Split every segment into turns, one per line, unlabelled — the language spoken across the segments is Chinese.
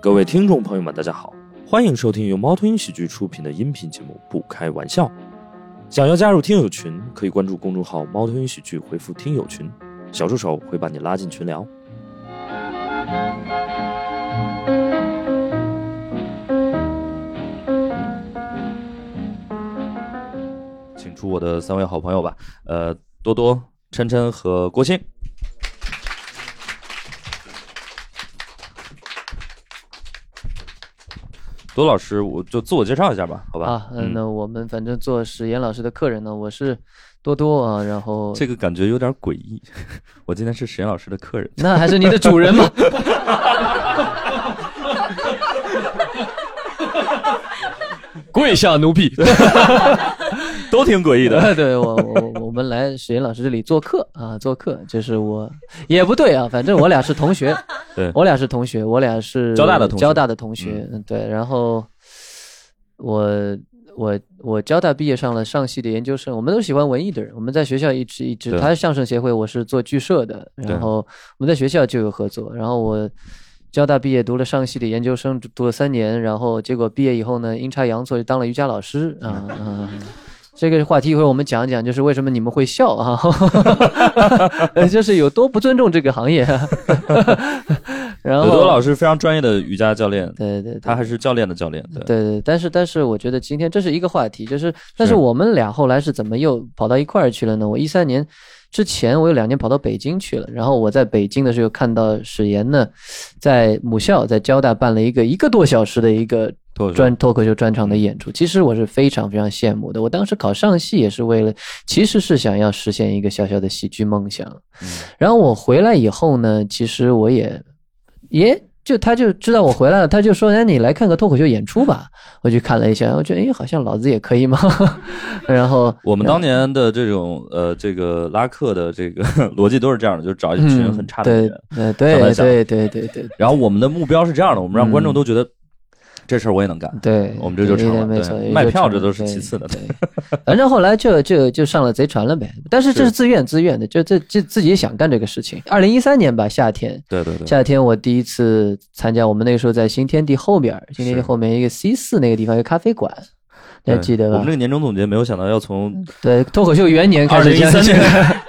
各位听众朋友们，大家好，欢迎收听由猫头鹰喜剧出品的音频节目《不开玩笑》。想要加入听友群，可以关注公众号“猫头鹰喜剧”，回复“听友群”，小助手会把你拉进群聊。请出我的三位好朋友吧，呃，多多、琛琛和郭鑫。多老师，我就自我介绍一下吧，好吧？
啊，嗯，那我们反正做史岩老师的客人呢，我是多多啊，然后
这个感觉有点诡异。我今天是史岩老师的客人，
那还是你的主人嘛？
跪下，奴婢。
都挺诡异的。
对我，我我们来史岩老师这里做客啊，做客，这是我也不对啊，反正我俩是同学，
对
我俩是同学，我俩是
交大的同学
交大的同学，嗯对，然后我我我交大毕业上了上戏的研究生，我们都喜欢文艺的人，我们在学校一直一直，
对
他是相声协会，我是做剧社的，
对
然后我们在学校就有合作，然后我。交大毕业读了上戏的研究生，读了三年，然后结果毕业以后呢，阴差阳错就当了瑜伽老师啊啊、这个话题一会儿我们讲一讲，就是为什么你们会笑啊， 呃就是有多不尊重这个行业、 啊。然后，
德多老师非常专业的瑜伽教练，
对对对，
他还是教练的教练。对，
对对，但是但是我觉得今天这是一个话题，就是但
是
是我们俩后来是怎么又跑到一块儿去了呢？我一三年之前，我有两年跑到北京去了，然后我在北京的时候看到史岩呢，在母校在交大办了一个一个多小时的一个
脱口秀
专脱口秀专场的演出，其实我是非常非常羡慕的。我当时考上戏也是为了，其实是想要实现一个小小的喜剧梦想。
嗯
然后我回来以后呢，其实我也也就他就知道我回来了，他就说：“哎，你来看个脱口秀演出吧。”我去看了一下，我觉得哎，好像老子也可以嘛。 然后
我们当年的这种呃，这个拉客的这个逻辑都是这样的，就是找一群很差的演
嗯对呃
员。
对
上班
对
想
对对对对
然后我们的目标是这样的，我们让观众
嗯
都觉得这事儿我也能干。
对，
我们这就成了
没错，
对
也就
卖票
成
这都
了
是其次的
对，对反正后来就就就上了贼船了呗。但是这
是
是自愿自愿的，就这这自己也想干这个事情。二零一三年吧，夏天。
对对对，
夏天我第一次参加，我们那个时候在新天地后边儿，新天地
是
后面一个 C 四那个地方一个咖啡馆，你还
对
记得
我
吧嗯
们这？个年终总结没有想到要从
对，脱口秀元年开
二零
始
一
这样
三年，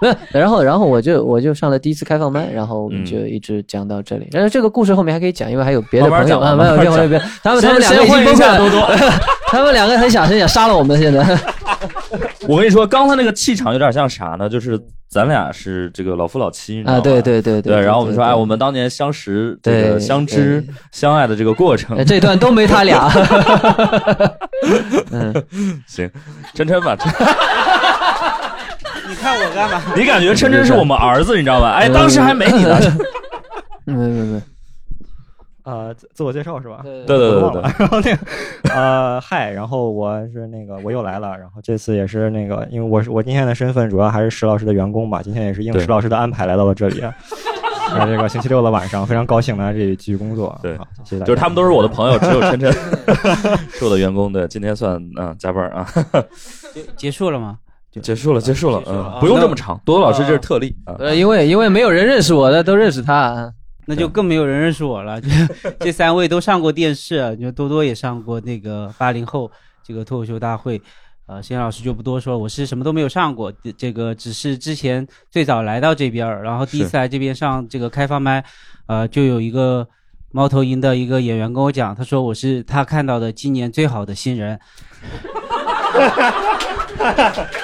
没有，然后然后我就我就上了第一次开放麦，然后我们
嗯
就一直讲到这里。但是这个故事后面还可以讲，因为还有别的
慢慢
朋友
讲
啊，
慢慢
没有，
讲
别别别，他们他们两个
先
已经
换一
崩溃
下
了
多，多。
他们两个很想很想杀了我们，现在
我跟你说，刚才那个气场有点像啥呢？就是咱俩是这个老夫老妻，你知道
啊，
吗
对对对
对，然后我们说，哎，我
们
们当年相识、这个
对哎
相知、相爱的这个过程，
这段都没 他俩，嗯，
行，琛琛吧，琛
你看我干嘛？
你感觉琛琛是我们儿子，你知道吧？哎，当时还没你呢。
没没没，
呃，自自我介绍是吧？
对
对对对对
我忘了。然后那个，呃，嗨，然后我是那个我又来了，然后这次也是那个，因为我是我今天的身份主要还是石老师的员工嘛，今天也是应
对
石老师的安排来到了这里。那这个星期六的晚上，非常高兴来这里继续工作。
对
好，谢谢大家。
就是他们都是我的朋友，只有琛琛 是我的员工。对，今天算啊、加班啊，
结束了吗？
结束了，结束
结束
了，
了
嗯，
啊
不用这么长。多多老师这是特例啊，
呃，因为因为没有人认识我的都认识他，
那就更没有人认识我 了。就这三位都上过电视，就多多也上过那个八零后这个脱口秀大会。呃，先老师就不多说，我是什么都没有上过，这这个只是之前最早来到这边儿，然后第一
是
次来这边上这个开放麦，呃，就有一个猫头鹰的一个演员跟我讲，他说我是他看到的今年最好的新人，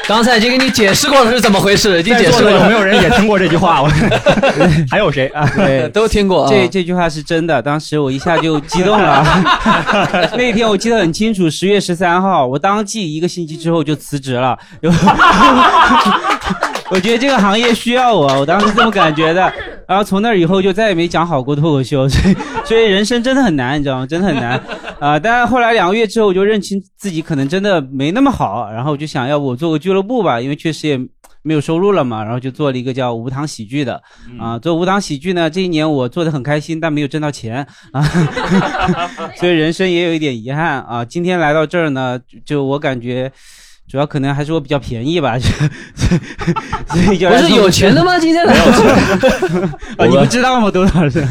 刚才已经给你解释过了是怎么回事，已经
在
解
座
释
的有
了，
没有人也 听过这句话？我 还有谁啊？
对，
都听过啊，
这这句话是真的，当时我一下就激动 了。那天我记得很清楚，十月十三号，我当即一个星期之后就辞职了。 我觉得这个行业需要我，我当时这么感觉的。然后从那以后就再也没讲好过脱口秀，所以所以人生真的很难，你知道吗？真的很难啊、但是后来两个月之后，我就认清自己可能真的没那么好，然后我就想要不我做个俱乐部吧，因为确实也没有收入了嘛，然后就做了一个叫无糖喜剧的，啊，做无糖喜剧呢，这一年我做的很开心，但没有挣到钱啊，所以人生也有一点遗憾啊。今天来到这儿呢，就就我感觉，主要可能还是我比较便宜吧，就所以就
不是有钱的吗？今天来，
啊，你不知道吗，窦老师？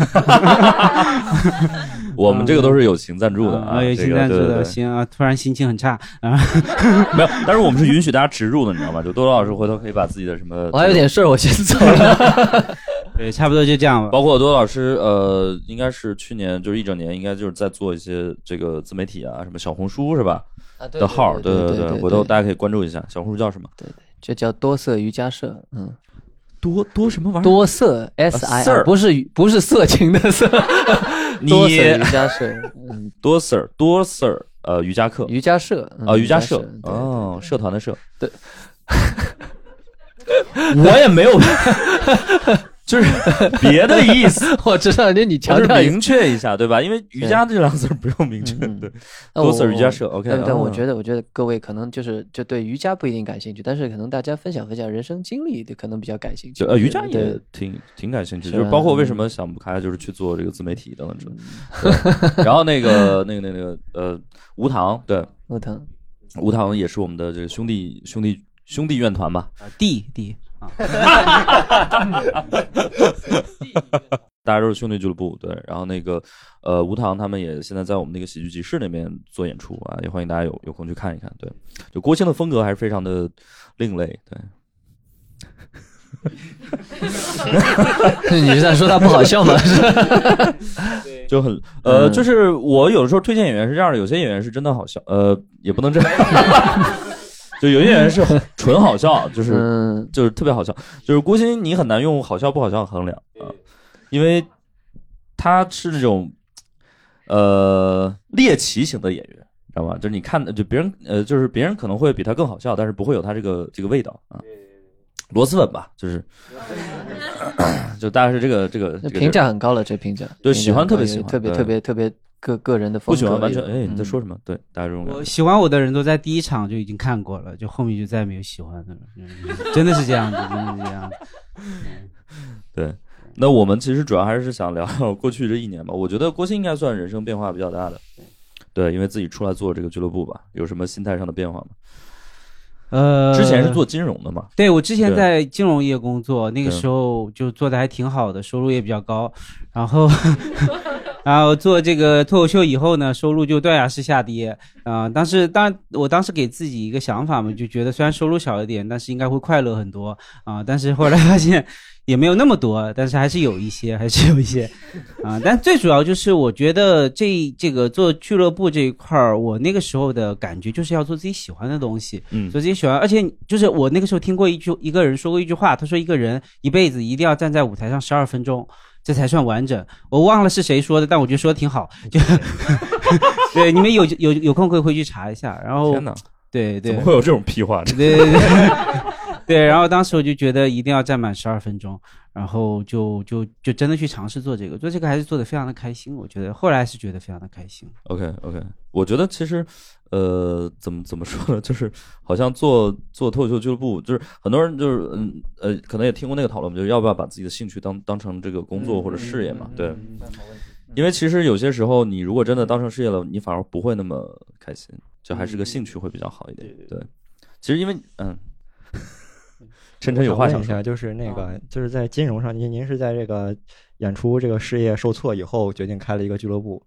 我们这个都是有情赞助的
啊，有
这
情
个
赞助
对对
的，
对
行啊，突然心情很差啊，
没有，但是我们是允许大家植入的，你知道吗？就多多老师回头可以把自己的什么，
我还有点事儿，我先走了。
对，差不多就这样吧。
包括多多老师，呃，应该是去年就是一整年，应该就是在做一些这个自媒体啊，什么小红书是吧
啊对
的号儿，
对
对
对，
回头大家可以关注一下，小红书叫什么？
就叫多色瑜伽社，嗯，
多多什么玩？
多色 S I
啊色儿
R，不是不是色情的色，
你
多色瑜伽社，嗯，
多 sir 多 sir 呃瑜伽课
瑜伽社嗯
啊瑜伽
社
社，
对
哦，社团的社，
对，
我也没有， 就是别的意思。
我知道，就你强
我是
调一
明确一下，对吧？因为瑜伽这两个字儿不用明确，对，
啊
多
我
色瑜伽社，OK，
但但我
嗯
觉得，我觉得各位可能就是就对瑜伽不一定感兴趣，但是可能大家分享分享人生经历，可能比较感兴趣。
就呃瑜伽
对
也挺挺感兴趣，
是
就是
啊
包括为什么想不开，就是去做这个自媒体等等之类。
嗯
对然后那个那个那个呃吴糖，对，
我疼，
吴糖也是我们的这个兄弟兄弟兄弟院团吧，
D D 啊，
大家都是兄弟俱乐部，对。然后那个呃吴糖他们也现在在我们那个喜剧集市那边做演出啊，也欢迎大家有有空去看一看。对，就郭庆的风格还是非常的另类，对。
你是在说他不好 笑吗？是吧
就很呃，
嗯
就是我有的时候推荐演员是这样的，有些演员是真的好笑，呃，也不能这样， 就有些演员是纯好笑，就是
嗯，
就是特别好笑，就是郭鑫你很难用好笑不好笑衡量啊，因为他是那种呃猎奇型的演员，你知道吗？就是你看就别人呃，就是别人可能会比他更好笑，但是不会有他这个这个味道啊。螺蛳粉吧，就是， 就大概是这个这个这
这
个
评价很高了，这评价
对
评价
喜欢特别
对
喜欢
特别
对
特别特别个个人的风
不喜
格有，
欢完全哎，你在
嗯
说什么？对，大家这种感觉
我。喜欢我的人都在第一场就已经看过了，就后面就再也没有喜欢的了，嗯真的是这样子，真 的是这样子。
对，那我们其实主要还是想聊聊过去这一年吧。我觉得郭鑫应该算人生变化比较大的，对，因为自己出来做这个俱乐部吧，有什么心态上的变化吗？
呃，
之前是做金融的嘛，
对，我之前
对
在金融业工作，那个
对
时候就做的还挺好的，收入也比较高。然后，然后做这个脱口秀以后呢，收入就断崖式下跌。啊、当时当然，我当时给自己一个想法嘛，就觉得虽然收入少一点，但是应该会快乐很多啊、但是后来发现也没有那么多，但是还是有一些，还是有一些 啊、但最主要就是我觉得这这个做俱乐部这一块儿，我那个时候的感觉就是要做自己喜欢的东西。
嗯
所以自己喜欢，而且就是我那个时候听过一句一个人说过一句话，他说一个人一辈子一定要站在舞台上十二分钟，这才算完整。我忘了是谁说的，但我觉得说的挺好， 就 对你们有有有空可以回去查一下。然后
天哪，
对
怎
对
么会有这种屁话？这
对对对 对，然后当时我就觉得一定要站满十二分钟，然后就就就真的去尝试做这个，做这个还是做的非常的开心，我觉得后来是觉得非常的开心。
OK OK，我觉得其实，呃，怎么怎么说呢？就是好像做做脱口秀俱乐部，就是很多人就是嗯呃，可能也听过那个讨论，就是要不要把自己的兴趣当当成这个工作或者事业嘛？对，因为其实有些时候你如果真的当成事业了，你反而不会那么开心，就还是个兴趣会比较好一点。对，其实因为嗯，晨晨有话
想
想
问一
说
下，，就是那个，就是在金融上，您您是在这个演出这个事业受挫以后，决定开了一个俱乐部。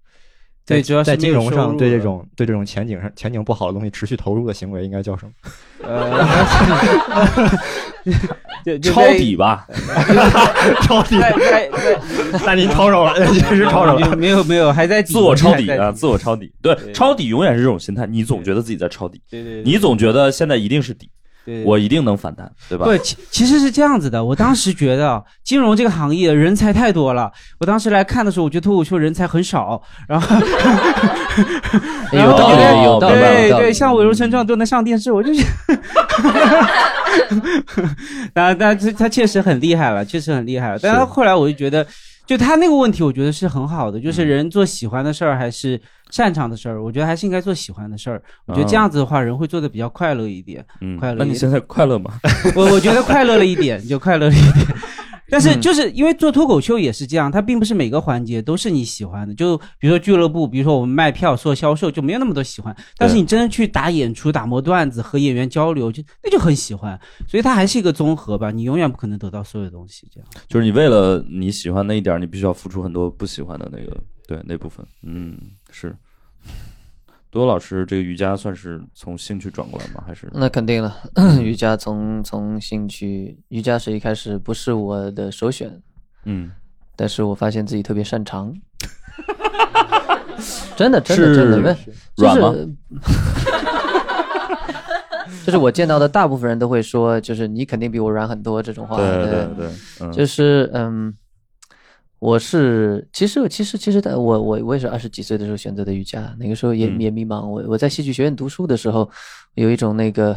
在
对主要是
在金
没有
融
收
上
入
对这
了
种对这种前景上前景不好的东西持续投入的行为应该叫什么？
呃 就就
抄
在
底 吧，
抄底，
在在在
那您抄手了，确实抄手了。
没有没有，还在底
自我抄底
还在
啊，自我抄底。对，
对
抄底永远是这种心态，你总觉得自己在抄底，
对对，对
你总觉得现在一定是底。
对
我一定能反弹，对吧？
不，其其实是这样子的。我当时觉得啊金融这个行业人才太多了。我当时来看的时候，我觉得脱口秀人才很少。然 后，
哎有道
然后
理，有道理，
对
有道理
对，像韦荣成这样都能上电视，我就觉得，但但他他确实很厉害了，确实很厉害了。但他后来我就觉得，就他那个问题，我觉得是很好的，
嗯
就是人做喜欢的事儿还是擅长的事儿，我觉得还是应该做喜欢的事儿。我觉得这样子的话，人会做的比较快乐一点。
嗯
快乐
那你现在快乐吗？
我我觉得快乐了一点，就快乐了一点。 但
嗯
是就是因为做脱口秀也是这样，它并不是每个环节都是你喜欢的。就比如说俱乐部，比如说我们卖票做销售，就没有那么多喜欢。但是你真的去打演出、打磨段子、和演员交流，就那就很喜欢。所以它还是一个综合吧，你永远不可能得到所有东西。这样
就是你为了你喜欢那一点儿，你必须要付出很多不喜欢的那个对那部分，嗯，是。多多老师，这个瑜伽算是从兴趣转过来吗？还是
那肯定了，
嗯
瑜伽从从兴趣，瑜伽是一开始不是我的首选，
嗯，
但是我发现自己特别擅长。 真的，真的，真的，没就
软吗
是就是我见到的大部分人都会说，就是你肯定比我软很多这种话。
对对对，嗯，
就是嗯，我是其实其实其实的，我我我也是二十几岁的时候选择的瑜伽，那个时候也、
嗯
也迷茫。我我在戏剧学院读书的时候，有一种那个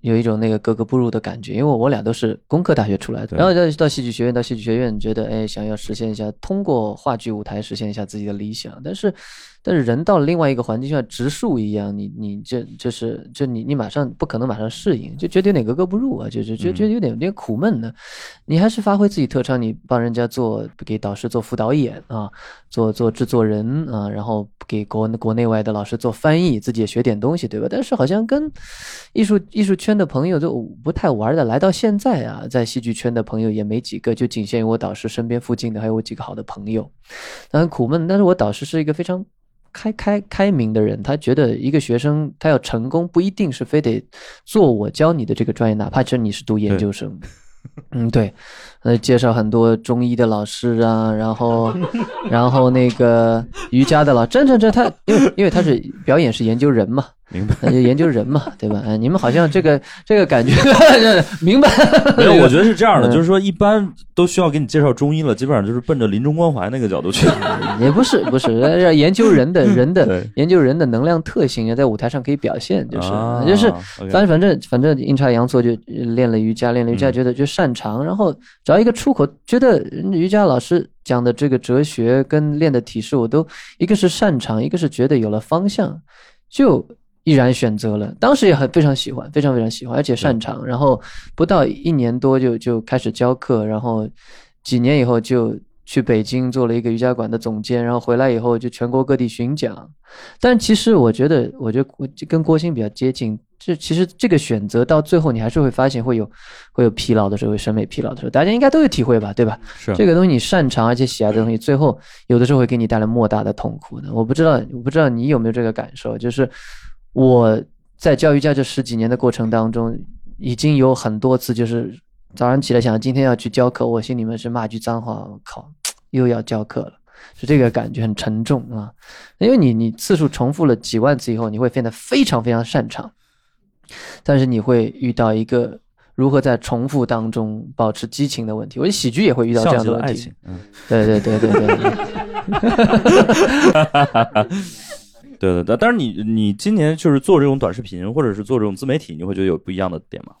有一种那个格格不入的感觉，因为我俩都是工科大学出来的，
对
然后到到戏剧学院，到戏剧学院觉得哎，想要实现一下通过话剧舞台实现一下自己的理想，但是。但是人到了另外一个环境下，植树一样，你你这就是就你你马上不可能马上适应，就觉得有点格格不入啊，就就就就有点有点苦闷呢。你还是发挥自己特长，你帮人家做给导师做副导演啊，做做制作人啊，然后给国国内外的老师做翻译，自己也学点东西，对吧？但是好像跟艺术艺术圈的朋友就不太玩的，来到现在啊，在戏剧圈的朋友也没几个，就仅限于我导师身边附近的，还有我几个好的朋友。很苦闷。但是我导师是一个非常开开开明的人，他觉得一个学生他要成功，不一定是非得做我教你的这个专业，哪怕是你是读研究生。嗯，对，呃，介绍很多中医的老师啊，然后，然后那个瑜伽的老，真真真，他因为因为他是表演是研究人嘛，
明白。
那就研究人嘛，对吧？哎，你们好像这个这个感觉， 明白？
没有，我觉得是这样的，
嗯
就是说一般都需要给你介绍中医了，基本上就是奔着临终关怀那个角 度去。
也不是不是， 要研究人的人的
对，
研究人的能量特性，要在舞台上可以表现，就是、
啊
就是，
OK
反正反正反正阴差阳错就练了瑜伽，练了瑜伽
嗯
觉得就擅长，然后找一个出口，觉得瑜伽老师讲的这个哲学跟练的体式，我都一个是擅长，一个是觉得有了方向，就。毅然选择了，当时也很非常喜欢，非常非常喜欢，而且擅长。然后不到一年多就就开始教课，然后几年以后就去北京做了一个瑜伽馆的总监，然后回来以后就全国各地巡讲。但其实我觉得，我觉得我跟郭鑫比较接近。这其实这个选择到最后，你还是会发现会有会有疲劳的时候，会审美疲劳的时候，大家应该都有体会吧，对吧？
是
这个东西你擅长而且喜爱的东西，最后有的时候会给你带来莫大的痛苦的。我不知道，我不知道你有没有这个感受，就是我在教瑜伽这十几年的过程当中，已经有很多次就是早上起来想今天要去教课，我心里面是骂句脏话，我靠，又要教课了。是这个感觉很沉重啊，因为你你次数重复了几万次以后，你会变得非常非常擅长，但是你会遇到一个如何在重复当中保持激情的问题。我觉得喜剧也会遇到这
像
样
极
的
了
问
爱
题。
情，嗯，
对对对对对对，
对对对。但是你你今年就是做这种短视频，或者是做这种自媒体，你会觉得有不一样的点吗？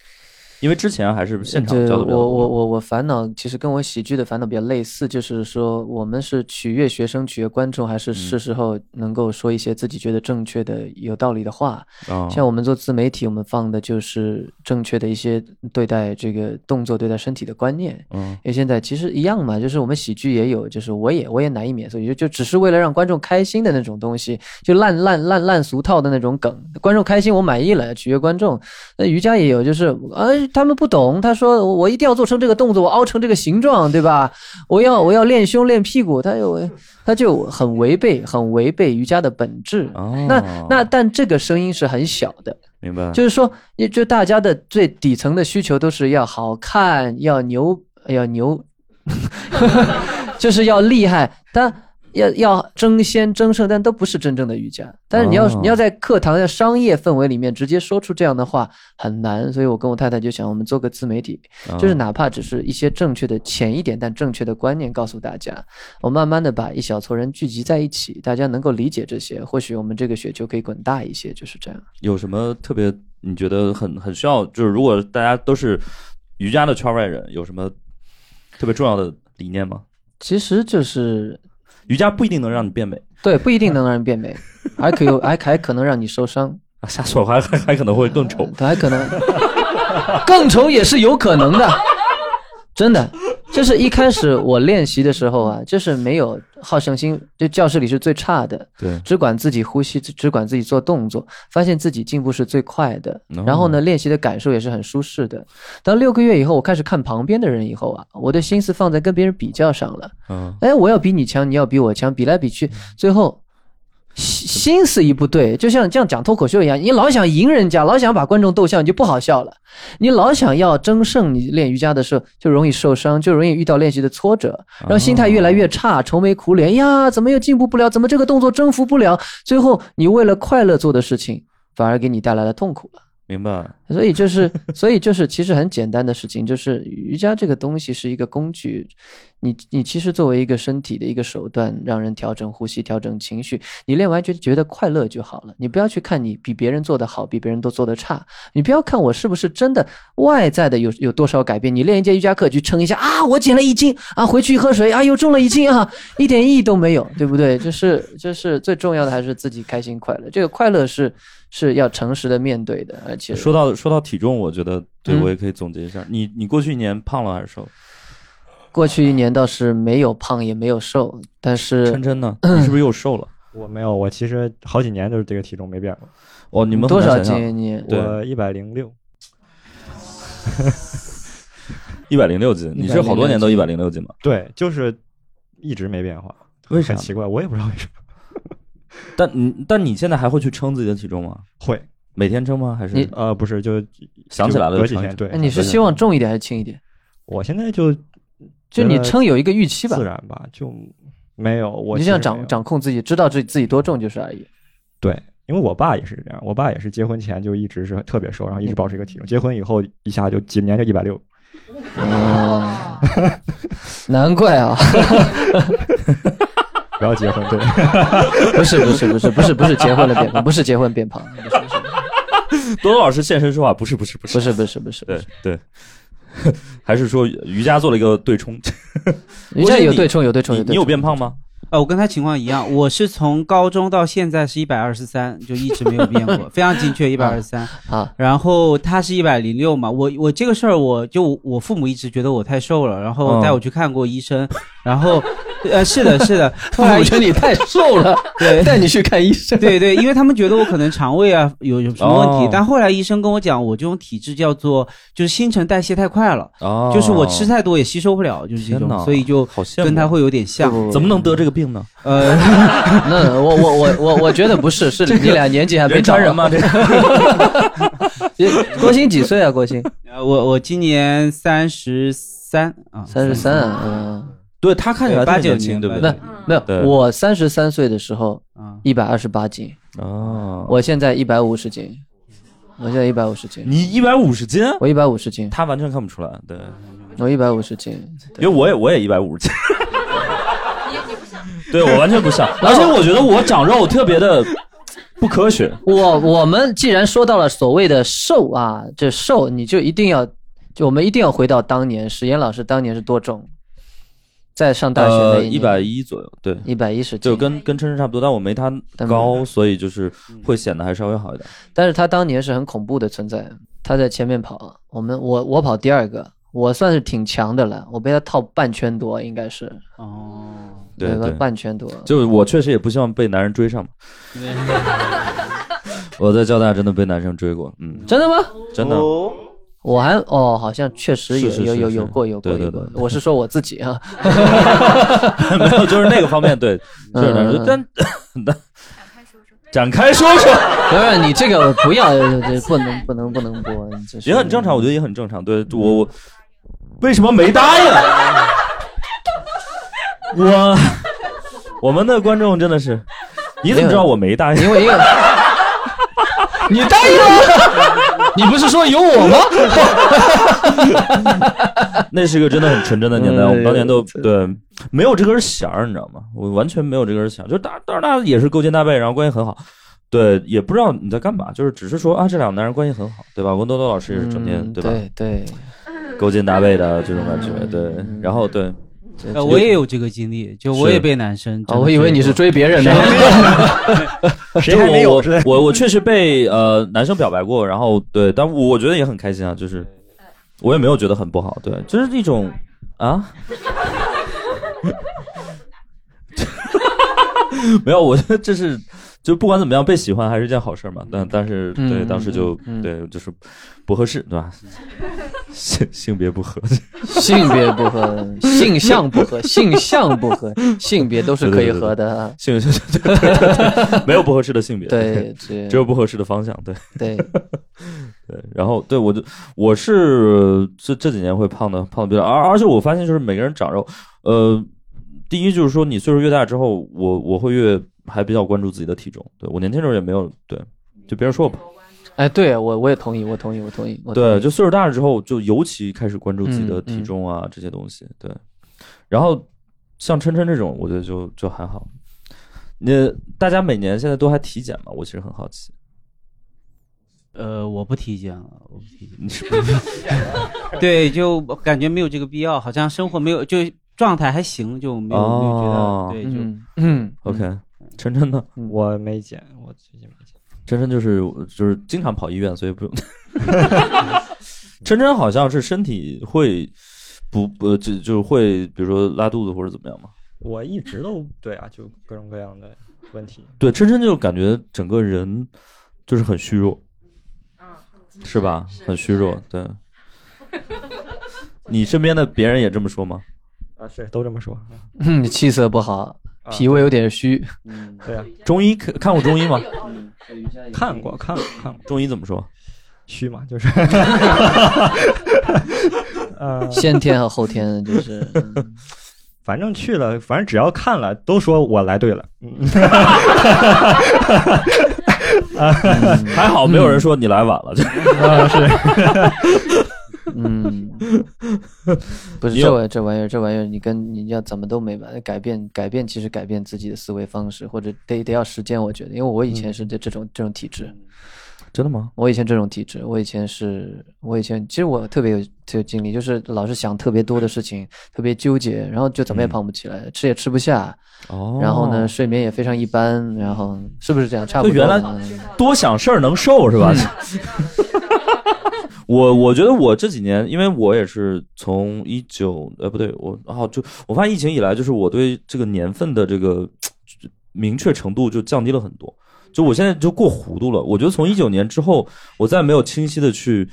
因为之前还是现场嗯
对
教
我
的比较多
呃我我我烦恼其实跟我喜剧的烦恼比较类似，就是说我们是取悦学生、取悦观众，还
嗯
是是时候能够说一些自己觉得正确的、有道理的话。
啊
像我们做自媒体，我们放的就是正确的一些对待这个动作、对待身体的观念。
嗯
因为现在其实一样嘛，就是我们喜剧也有，就是我也我也难以免俗，也就就只是为了让观众开心的那种东西，就烂烂烂烂俗套的那种梗，观众开心我满意了，取悦观众。那瑜伽也有，就是啊、哎他们不懂，他说我我一定要做成这个动作，我凹成这个形状，对吧？我要我要练胸练屁股，他有他就很违背很违背瑜伽的本质。
哦，
那那但这个声音是很小的，
明白，
就是说，也就大家的最底层的需求都是要好看，要牛，要牛， 就是要厉害，但要要争先争胜，但都不是真正的瑜伽。但是你要、
哦
你要在课堂的商业氛围里面直接说出这样的话很难，所以我跟我太太就想，我们做个自媒体，就是哪怕只是一些正确的浅一点但正确的观念告诉大家，我慢慢的把一小撮人聚集在一起，大家能够理解这些，或许我们这个雪球可以滚大一些，就是这样。
有什么特别你觉得很很需要？就是如果大家都是瑜伽的圈外人，有什么特别重要的理念吗？
其实就是
瑜伽不一定能让你变美，
对，不一定能让人 变美，还可有还还可能让你受伤，
啊，下次我还还还可能会更丑。
还可能更丑也是有可能的，真的。就是一开始我练习的时候啊，就是没有好胜心，就教室里是最差的，
对
只管自己呼吸，只只管自己做动作，发现自己进步是最快的
哦。
然后呢，练习的感受也是很舒适的。当六个月以后，我开始看旁边的人以后啊，我的心思放在跟别人比较上了。
嗯，
哎，我要比你强，你要比我强，比来比去，最后心心思一不对，就像这样讲脱口秀一样，你老想赢人家，老想把观众逗笑，你就不好笑了；你老想要争胜，你练瑜伽的时候就容易受伤，就容易遇到练习的挫折，然后心态越来越差，愁眉苦脸呀，怎么又进步不了？怎么这个动作征服不了？最后你为了快乐做的事情，反而给你带来了痛苦了。
明白。
所以就是，所以就是，其实很简单的事情，就是瑜伽这个东西是一个工具，你你其实作为一个身体的一个手段，让人调整呼吸、调整情绪，你练完觉觉得快乐就好了。你不要去看你比别人做得好，比别人都做得差，你不要看我是不是真的外在的有有多少改变。你练一节瑜伽课去称一下啊，我减了一斤啊，回去喝水啊，又重了一斤啊，一点意义都没有，对不对？就是就是最重要的还是自己开心快乐，这个快乐是。是要诚实的面对的，而且
说到说到体重，我觉得对
嗯
我也可以总结一下。你你过去一年胖了还是瘦？
过去一年倒是没有胖也没有瘦，但
琛
是
琛 呢？你是不是又瘦了？
我没有，我其实好几年都是这个体重没变过，
哦，你们很
多
难
少
想象？
斤你？
对
我一百零六，
一百零六斤，你是好多年都一百零六斤吗？
对，就是一直没变化，
为啥
很？奇怪，我也不知道为什么
但你但你现在还会去称自己的体重吗？
会，
每天称吗？还是
你
呃，不是，就
想起来了
就
就
隔几
称一
天，
称？
对
那，哎你是希望重一点还是轻一点？
我现在就
就
觉
你
得
称有一个预期吧
自，然吧，就没有我
你
其实
就想
没
掌
有
掌控自己，知道自己自己多重就是而已。
对，因为我爸也是这样，我爸也是结婚前就一直是特别瘦，然后一
嗯
直保持一个体重，结婚以后一下就几年就一百六，
哦，难怪啊！
不要结婚，对，
不是不是不是不是不是结婚了变胖，不是结婚变 胖，
多多老师现身说法，不是不是不是
不是不是不是不
对
是，
对， 还是说瑜伽做了一个对冲？
瑜伽有对冲有对冲
你
有
你
对
有
冲。
变胖吗？
呃，我跟他情况一样，我是从高中到现在是一百二十三，就一直没有变 过，非常精确一百二十三。
啊，
然后他是一百零六嘛，我我这个事儿，我就我父母一直觉得我太瘦了，然后
嗯
带我去看过医生，然后呃是的是 的，后来
我觉得你太瘦了，
对
带你去看医生。
对对，因为他们觉得我可能肠胃啊有有什么问题，
哦
但后来医生跟我讲，我这种体质叫做就是新陈代谢太快了，
哦
就是我吃太多也吸收不了，就是这
天
种
哪，
所以就
好羡慕，
跟他会有点像。
怎么能得这个病呢？
呃，
那我我我我我觉得不是，是你俩年纪还没
人
长啊
传人吗？这 个
郭鑫几岁啊？郭鑫
呃 我我今年三十三啊，
三十三，嗯，
对他看起来
对
特
89
别年轻，
年
对不
89
对
年？
没有嗯
对，
我三十三岁的时候
啊，
一百二十八斤，
哦，
我现在一百五十斤，我现在一百五十斤，
你一百五十斤，
我一百五十斤，
他完全看不出来，对，
我一百五十斤，
因为我也我也一百五十斤。 对，我完全不像，而且我觉得我长肉特别的不科学。
我我们既然说到了所谓的瘦啊，这瘦你就一定要，就我们一定要回到当年史岩老师当年是多重，在上大学那
呃，
一
一百一左右，对，
一百一十
就
斤，
跟跟琛琛差不多，但我没他
但
高，所以就是会显得还稍微好一点。
但是他当年是很恐怖的存在，他在前面跑，我们我我跑第二个，我算是挺强的了，我被他套半圈多应该是，
哦，
对
有个
对，
半圈多，
就是我确实也不希望被男人追上嘛。我在交大真的被男生追过，嗯，
真的吗？
真的，
我还哦，好像确实有
是是
有
是
有
是
有过有
对
过
对
有过
对，
我是说我 自己啊，
没有，就是那个方面，对，就是男生，
嗯
但但 展开说说，
不是你这个不要，这不能不能不能播，你这是嗯
也很正常，我觉得也很正常。对我我为什么没答应？啊 我我们的观众真的是，你怎么知道我没答应？
因为因为你答应了， 你不是说有我吗？
那是一个真的很纯真的年代，
哎呦
我们当年都对没有这根弦儿，你知道吗？我完全没有这根弦儿，就是大当然大家也是勾肩搭背，然后关系很好。对，也不知道你在干嘛，就是只是说啊，这两个男人关系很好，对吧？我跟多多老师也是整天、
嗯
对吧，
对对，
勾肩搭背的这种感觉，对。然后对，
这
呃，我也有这个经历，就我也被男生
啊，我以为你是追别人呢，
谁还没有
我
是吧？
我我确实被呃男生表白过，然后对，但我觉得也很开心啊，就是我也没有觉得很不好，对，就是一种啊？ 没有，我觉得这是就不管怎么样被喜欢还是一件好事儿嘛。但但是
嗯
对当时就
嗯嗯
对就是不合适，对吧？ 性性别不合，
性别不合，性向不合，性向不合，性别都是可以合的啊。
性 对对对对没有不合适的性别，
对，
只有不合适的方向，对。
对，
对，然后对我就我是这这几年会胖的胖的比较，而而且我发现就是每个人长肉，呃，第一就是说你岁数越大之后，我我会越还比较关注自己的体重，对我年轻时候也没有对，就别人说我胖，
哎，对我我也同意，我同意，我同意，我同意
对，就岁数大了之后就尤其开始关注自己的
嗯嗯
体重啊、这些东西，对，然后像琛琛这种，我觉得就就还好。你大家每年现在都还体检吗？我其实很好奇，
呃，我不体检了， 我不体
你是
检。对，就感觉没有这个必要，好像生活没有，就状态还行，就没有、
哦
没有觉得对，就、
嗯嗯
OK，琛琛呢？
我没减，我最近没减。
琛琛就是就是经常跑医院，所以不 用。琛琛好像是身体会不呃就就会比如说拉肚子或者怎么样嘛。
我一直都对啊，就各种各样的问题。
对，琛琛就感觉整个人就是很虚弱，是吧？嗯很虚弱。对，你身边的别人也这么说吗？
啊，是都这么说。
嗯，气色不好，
啊
脾胃有点虚。
对啊，
嗯中医看看过中医 吗？
看过看过看过，
中医怎么说？
虚嘛 就是。呃，
先天和后天就是，嗯
反正去了，反正只要看了，都说我来对了。
嗯 还好没有人说你来晚了。就
啊，是
嗯，不是
你有
这玩这玩意儿，这玩意儿你跟你要怎么都没办法改变，改变其实改变自己的思维方式，或者得得要时间，我觉得，因为我以前是这这种这种体
嗯
质，
真的吗？
我以前这种体质，我以前是，我以前其实我特别有特有经历，就是老是想特别多的事情，特别纠结，然后就怎么也胖不起来，吃也吃不下，
嗯哦
然后呢，睡眠也非常一般，然后是不是这样？差不多。
原来
嗯
多想事儿能瘦是吧？
嗯
我我觉得我这几年，因为我也是从一九呃不对，我啊就我发现疫情以来，就是我对这个年份的这个呃明确程度就降低了很多。就我现在就过糊涂了。我觉得从一九年之后，我再没有清晰的去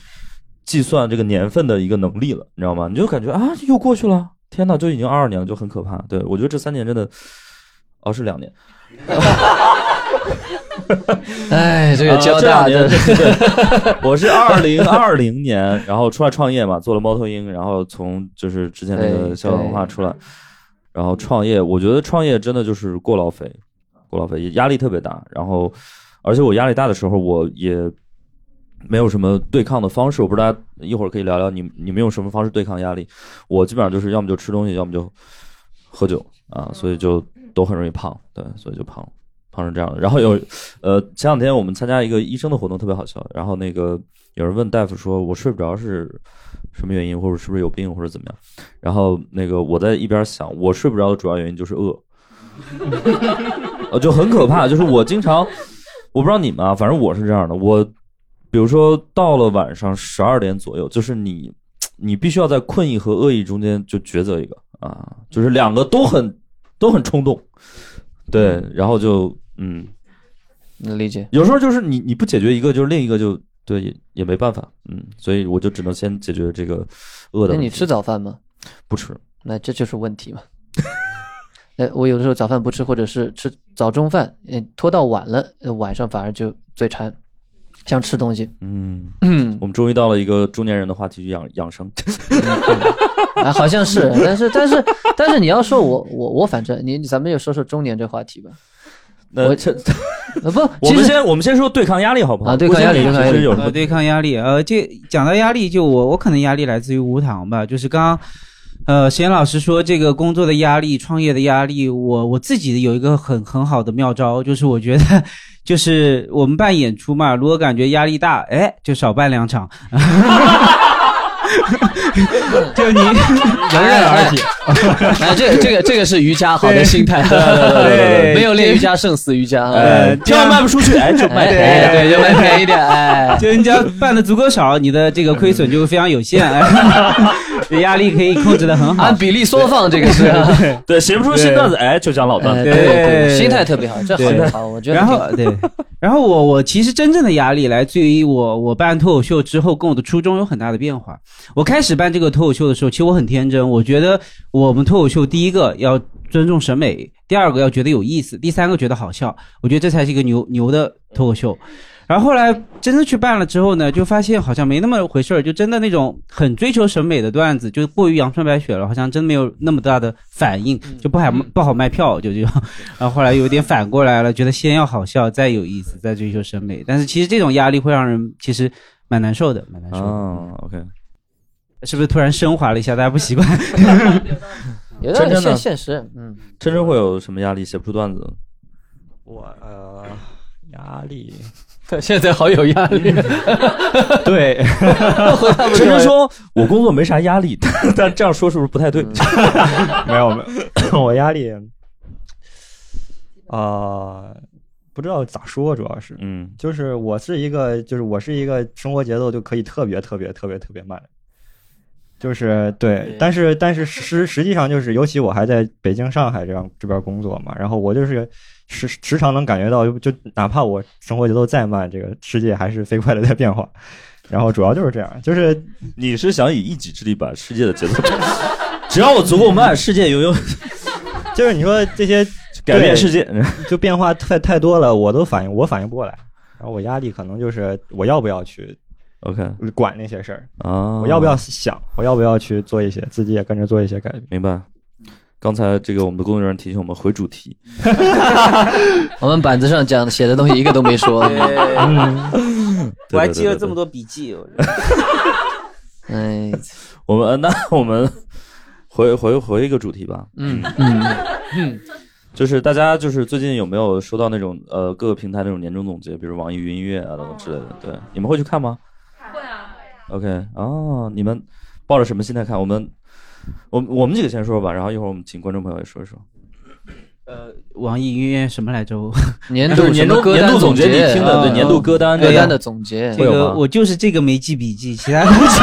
计算这个年份的一个能力了，你知道吗？你就感觉啊，又过去了，天呐，就已经二二年了，就很可怕。对我觉得这三年真的，哦是两年，
哎，这个交
啊
大
这
的
两年，对我是二零二零年，然后出来创业嘛，做了猫头鹰，然后从就是之前那
对
个校园文化出来，然后创业，我觉得创业真的就是过劳肥，过劳肥也压力特别大，然后而且我压力大的时候，我也没有什么对抗的方式，我不知道大家一会儿可以聊聊你你们用什么方式对抗压力，我基本上就是要么就吃东西，要么就喝酒啊，所以就都很容易胖，对，所以就胖了。胖成这样的。然后有，呃，前两天我们参加一个医生的活动，特别好笑。然后那个有人问大夫说：“我睡不着是什么原因，或者是不是有病，或者怎么样？”然后那个我在一边想，我睡不着的主要原因就是饿，呃，就很可怕。就是我经常，我不知道你们啊，反正我是这样的。我比如说到了晚上十二点左右，就是你。你必须要在困意和恶意中间就抉择一个啊，就是两个都很都很冲动，对，然后就嗯，
能理解。
有时候就是你你不解决一个，就是另一个就对也也没办法，嗯，所以我就只能先解决这个饿的
那
问题。
你吃早饭吗？
不吃？
那这就是问题嘛。 呃，我有的时候早饭不吃，或者是吃早中饭，嗯，拖到晚了，呃晚上反而就嘴馋，想吃东西。
嗯，
嗯，
我们终于到了一个中年人的话题，养养生。
啊，好像是，但是但是但是你要说我我我反正你咱们就说说中年这话题吧。
那
我
这
呃不，
我
其
们
实
先我们先说对抗压力好不好？
啊对抗压力
郭先生
对抗压力
其实有什
呃，
么？
对抗压力，呃，这讲到压力，就我我可能压力来自于无糖吧，就是刚刚，呃，沈岩老师说这个工作的压力、创业的压力，我我自己有一个很很好的妙招，就是我觉得 就是我们办演出嘛，如果感觉压力大，哎，就少办两场。就 你
迎刃而解。哎，这个这个 这个是瑜伽好的心态，
对
没有练瑜伽胜似瑜伽。
呃，
千万卖不出去，哎，就
哎，
卖
对
便宜。
对，就卖便宜点，哎，
就人家办的足够少，你的这个亏损就非常有限，哎你压力可以控制的很好
按。比例缩放，这个是，
对，写不出新段子，哎，就
呃
讲老段子。
哎对对，心态特别好，这
对
好好，我觉得
然
挺好。
后对，然后我我其实真正的压力来自于我我办脱口秀之后跟我的初衷有很大的变化。我开始办这个脱口秀的时候，其实我很天真，我觉得我们脱口秀第一个要尊重审美，第二个要觉得有意思，第三个觉得好笑，我觉得这才是一个牛牛的脱口秀。然后后来真的去办了之后呢，就发现好像没那么回事儿，就真的那种很追求审美的段子，就过于阳春白雪了，好像真没有那么大的反应，就不好不好卖票，就这样。然后后来有点反过来了，觉得先要好笑，再有意思，再追求审美。但是其实这种压力会让人其实蛮难受的，蛮难受的。
啊，OK，
是不是突然升华了一下？大家不习惯。
有点
真正
现
的
现实，嗯，
真真会有什么压力？写不出段子，
我 呃，压力，
现在好有 压力。
对，
真真说我工作没啥压力， 但但这样说是不是不太
嗯
对？
没有没有， 我压力，啊，不知道咋说，主要是。
嗯，
就是我是一个，就是我是一个生活节奏就可以特别特别特别特别慢，就是对
对，
但是但是实实际上就是，尤其我还在北京、上海这样这边工作嘛，然后我就是时时常能感觉到，就就哪怕我生活节奏再慢，这个世界还是飞快的在变化。然后主要就是这样，就是
你是想以一己之力把世界的节奏？ 只要我足够慢，世界永远
就是你说这些
改变世界。
就变化太太多了，我都反应我反应不过来。然后我压力可能就是我要不要去
OK
管那些事儿，
啊，
我要不要想，我要不要去做一些自己也跟着做一些改变。
明白？刚才这个我们的工作人员提醒我们回主题，
我们板子上讲的写的东西一个都没说，
我
对
还
对
记
对
了
对
这么多笔记，我觉 得
哎，
我们呃那 我们回回回一个主题吧，
嗯，
就是大家就是最近有没有收到那种呃各个平台那种年终总结，比如网易云音乐啊等等之类的？对，你们会去看吗
哦会啊，
？OK 啊，你们抱着什么心态看？我们我们我们几个先说吧，然后一会儿我们请观众朋友也说一说。
呃，网易云音乐什么来着？
年
就
度
是年
什么
终
歌
年
单
度总结
结
你听的对
哦
嗯
年度歌单
歌
这
单
样
的总结
这
会，有
个
吗
我就是这个没记笔记，其他东西。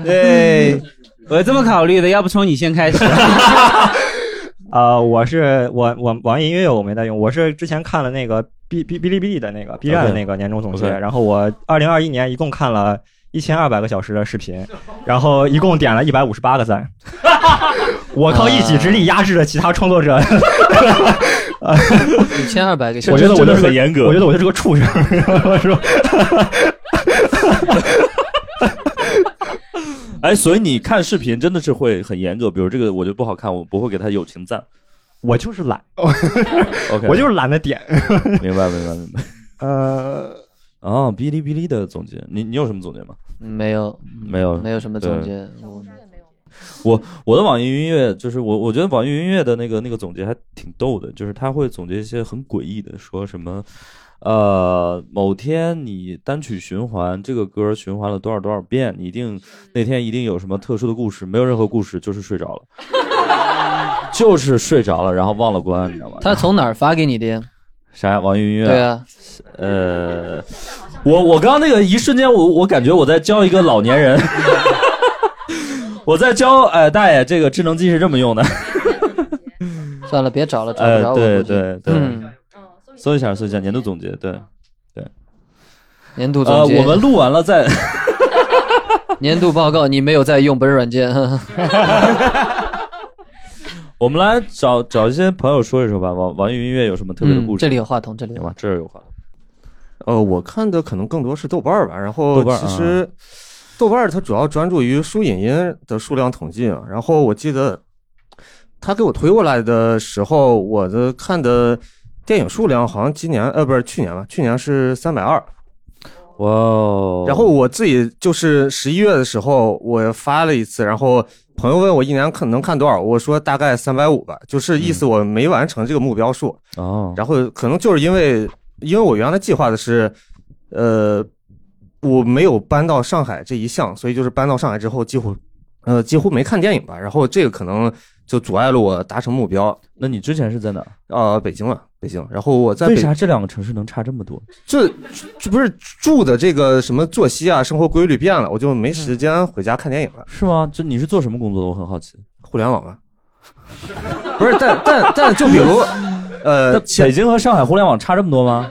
对，我这么考虑的，要不从你先开始？
啊、我是我我网易音乐我没在用，我是之前看了那个哔哔哔哩哔哩的那个 B 站的那个年终总结
OK
然后我二零二一年一共看了一千二百个小时的视频，然后一共点了一百五十八 个赞，我靠一己之力压制了其他创作 者，
嗯
一千二百个小
我觉
时
得我
真的
就是个
很严格
我觉得我就是个畜生， 我说
哎，所以你看视频真的是会很严格，比如这个我觉得不好看，我不会给他友情赞。
我就是懒，
OK，
我就是懒得点，
明白明白明白。
呃，
啊，哔哩哔哩的总结，你你有什么总结吗？
没有
没有，
没有什么总结，我
我的网易云音乐就是我，我觉得网易云音乐的那个那个总结还挺逗的，就是他会总结一些很诡异的，说什么，呃，某天你单曲循环这个歌循环了多少多少遍，你一定那天一定有什么特殊的故事，没有任何故事，就是睡着了， 就是睡着了，然后忘了关，你知道吗？
他从哪儿 发给你的呀？
啥呀？网易云音乐？
对啊，
呃，我我刚刚那个一瞬间我，我感觉我在教一个老年人，我在教呃大爷，这个智能机是这么用的。
算了，别找了，找不
呃
着，我。
对
估计
对对，
嗯，
搜一下搜一下年度总结，对，
年度
呃，
总结，
我们录完了再，
年度报告，你没有在用本软件，
我们来找找一些朋友说一说吧。网网易云音乐有什么特别的
嗯
故事？
这里有话筒，这里有
行吧，这儿有话。
呃，我看的可能更多是豆瓣儿吧，然后
豆瓣儿啊
其实豆瓣儿它主要专注于书影音的数量统计，啊然后我记得他给我推过来的时候，我的看的电影数量好像今年呃不是去年吧，去年是三百二，
哇哦！
然后我自己就是十一月的时候我发了一次，然后朋友问我一年看能看多少，我说大概三百五吧，就是意思我没完成这个目标数，
哦，
然后可能就是因为，因为我原来计划的是，呃，我没有搬到上海这一项，所以就是搬到上海之后几乎，呃，几乎没看电影吧。然后这个可能就阻碍了我达成目标。
那你之前是在哪？
呃，北京了，北京。然后我在
为
北
啥这两个城市能差这么多？
这这不是住的这个什么作息啊，生活规律变了，我就没时间回家看电影了。
是吗？这你是做什么工作的？我很好奇。
互联网啊，不是，但但但就比如，呃，
北京和上海互联网差这么多吗？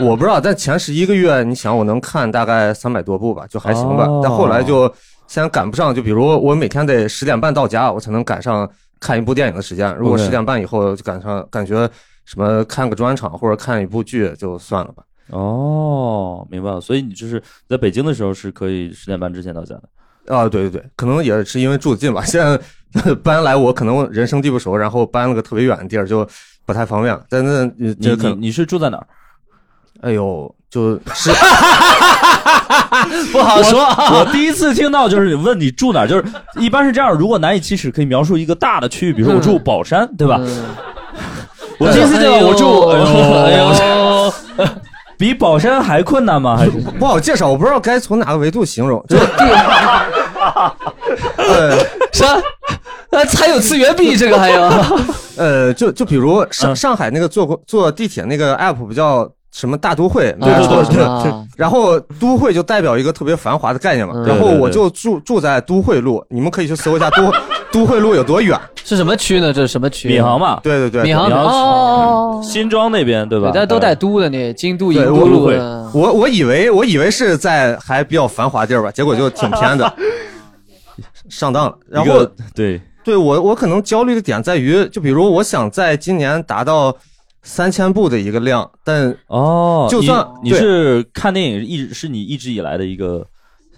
我不知道，但前十一个月，你想我能看大概三百多部吧，就还行吧。
哦
但后来就先赶不上，就比如我每天得十点半到家，我才能赶上看一部电影的时间。如果
OK
十点半以后就赶上，感觉什么看个专场或者看一部剧就算了吧。
哦，明白了。所以你就是在北京的时候是可以十点半之前到家的。
啊，对对对，可能也是因为住得近吧。现在 搬来我可能人生地不熟，然后搬了个特别远的地儿，就不太方便了。但那呃
你
这可
你
能，
你是住在哪儿？
哎呦， 就是
不好说。啊我第一次听到就是问你住哪儿，就是一般是这样，如果难以启齿，可以描述一个大的区域，比如说我住宝山，对吧？我第一次见
哎
到
呦
我住，哎呦，哎呦比宝山还困难吗？还是
不好介绍，我不知道该从哪个维度形容。就
啥？ 那还啊有次元壁这个还有？
呃，就就比如上上海那个坐公坐地铁那个 app 不叫什么大都会，没
啊
错是吧
啊
然后都会就代表一个特别繁华的概念嘛
嗯。
然后
对对对
我就住住在都会路，你们可以去搜一下都 都会路有多远。
是什么区呢？这是什么区？
闵行嘛？
对对对，
闵行
闵行区
哦，
新庄那边对吧？
对，呃大家都带
嗯
都的那京都、银
对
都
我
路
会
的。
我我以为我以为是在还比较繁华地儿吧，结果就挺偏 的，上当了。然
一
后
个对，
对我我可能焦虑的点在于，就比如我想在今年达到三千部的一个量，但
哦，
就
你
算
你
对
是看电影一直是你一直以来的一个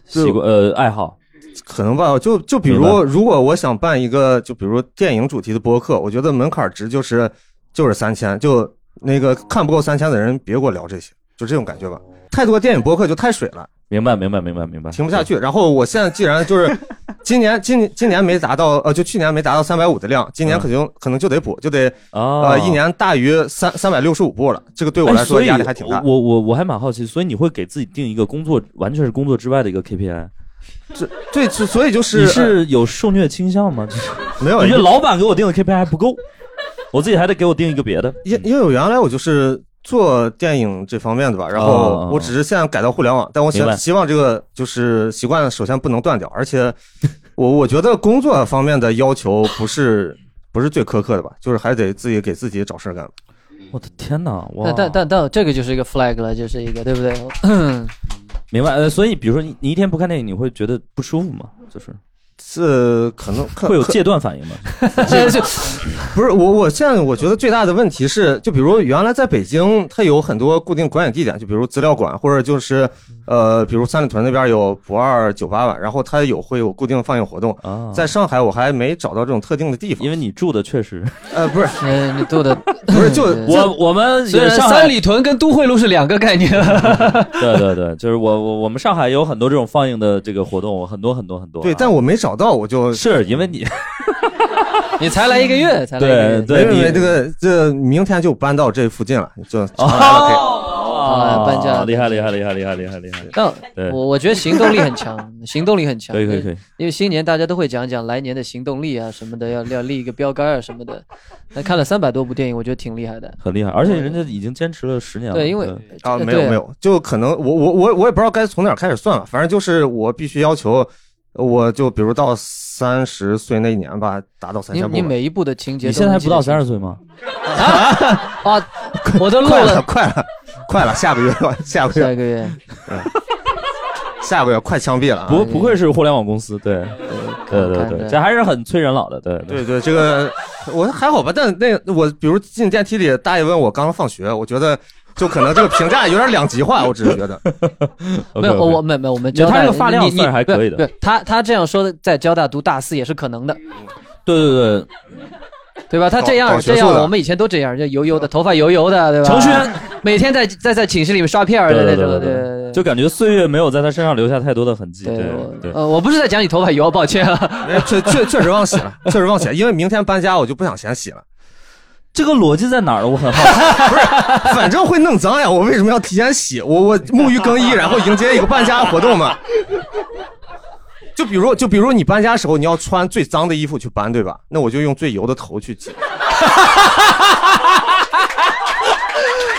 习惯呃爱好，
可能吧，就就比
明
如如果我想办一个，就比如电影主题的播客，我觉得门槛值就是就是三千，就那个看不够三千的人别给我聊这些，就这种感觉吧。太多电影播客就太水了，
明白明白明白明白，
停不下去。然后我现在既然就是 今年今今年没达到，呃，就去年没达到三百五的量，今年
嗯
可能可能就得补，就得
啊
呃，一年大于三三百六十五步了，这个对我来说压力还挺
哎
大
所以。我我我还蛮好奇，所以你会给自己定一个工作，完全是工作之外的一个 KPI？
对，所所以就是
你是有受虐倾向吗？ 就是
呃没有
我觉得老板给我定的 KPI 还不够， 我自己还得给我定一个别的。
因因为我原来我就是做电影这方面的吧，然后
哦
我只是现在改到互联网，但我
明
想
白
希望这个就是习惯，首先不能断掉，而且我我觉得工作方面的要求不是不是最苛刻的吧，就是还得自己给自己找事儿干。
我的天哪！哇
但，但但但这个就是一个 flag 了，就是一个对不对？
明白。呃，所以比如说你你一天不看电影，你会觉得不舒服吗？就是
这可能可
会有
可
戒断反应吗？
这就
不是我，我现在我觉得最大的问题是，就比如原来在北京，它有很多固定观影地点，就比如资料馆，或者就是呃，比如三里屯那边有不二九八晚，然后它有会有固定放映活动。
啊，
在上海，我还没找到这种特定的地方
因。为你住的确实，
呃，不是，
嗯，你做 的呃
不是，就
我我们
虽然
上海嗯
三里屯跟都会路是两个概念，
对对对，就是我我我们上海有很多这种放映的这个活动，很多很多很多啊。
对，但我没找到，我就是
因为你
你才来一 个月， 才来一个月。
对
因
你
为这个这明天就搬到这附近了，就常来了可以。
哦
啊搬家
厉害厉害厉害厉害厉害厉害，
但
对
我我觉得行动力很强，行动力很强。
可以可以可以，
因为新年大家都会讲讲来年的行动力啊什么的，要要立一个标杆啊什么的。那看了三百多部电影，我觉得挺厉害的。
很厉害，而且人家已经坚持了十年了。
哦对，因为
啊，
呃
没有
对
没有，就可能我我我我也不知道该从哪儿开始算了，反正就是我必须要求，我就比如到三十岁那一年吧，达到三
你
千步
你
吧。
每一部的情节
你
都
现在
能
还
记
不
得
到
清
三十岁吗？
啊， 我都
快
漏
了
了
快了快了，下个月 吧，下个月嗯
下一个月。
下个月快枪毙了啊！
不不愧是互联网公司，对对对
嗯看
对，
着
这还是很催人老的，对
对对，这个我还好吧，但那我比如进电梯里，大爷问我刚放学，我觉得就可能这个评价有点两极化，我只是觉得
没
OK，OK
有，我 没有没有，我们
觉得
交
他
大
这个发量
你你
算是还可以的
不是不是他他这样说的，在交大读大四也是可能的，
对对对，
对吧？他
搞
这样
搞学
这
术
样，
的
我们以前都这样，就油油的，头发油油的，对吧？
程序员，
每天在在在寝室里面刷片儿的
对
那
对
种，
对
对
就感觉岁月没有在他身上留下太多的痕迹，对
我
对。
呃，我不是在讲你头发油，抱歉啊。
哎确确确实忘写了，确实忘写，因为明天搬家我就不想嫌洗了。
这个逻辑在哪儿啊呢？我很好奇。
反正会弄脏呀，我为什么要提前洗？我我沐浴更衣，然后迎接一个搬家活动嘛。就比如就比如你搬家时候，你要穿最脏的衣服去搬，对吧？那我就用最油的头去挤。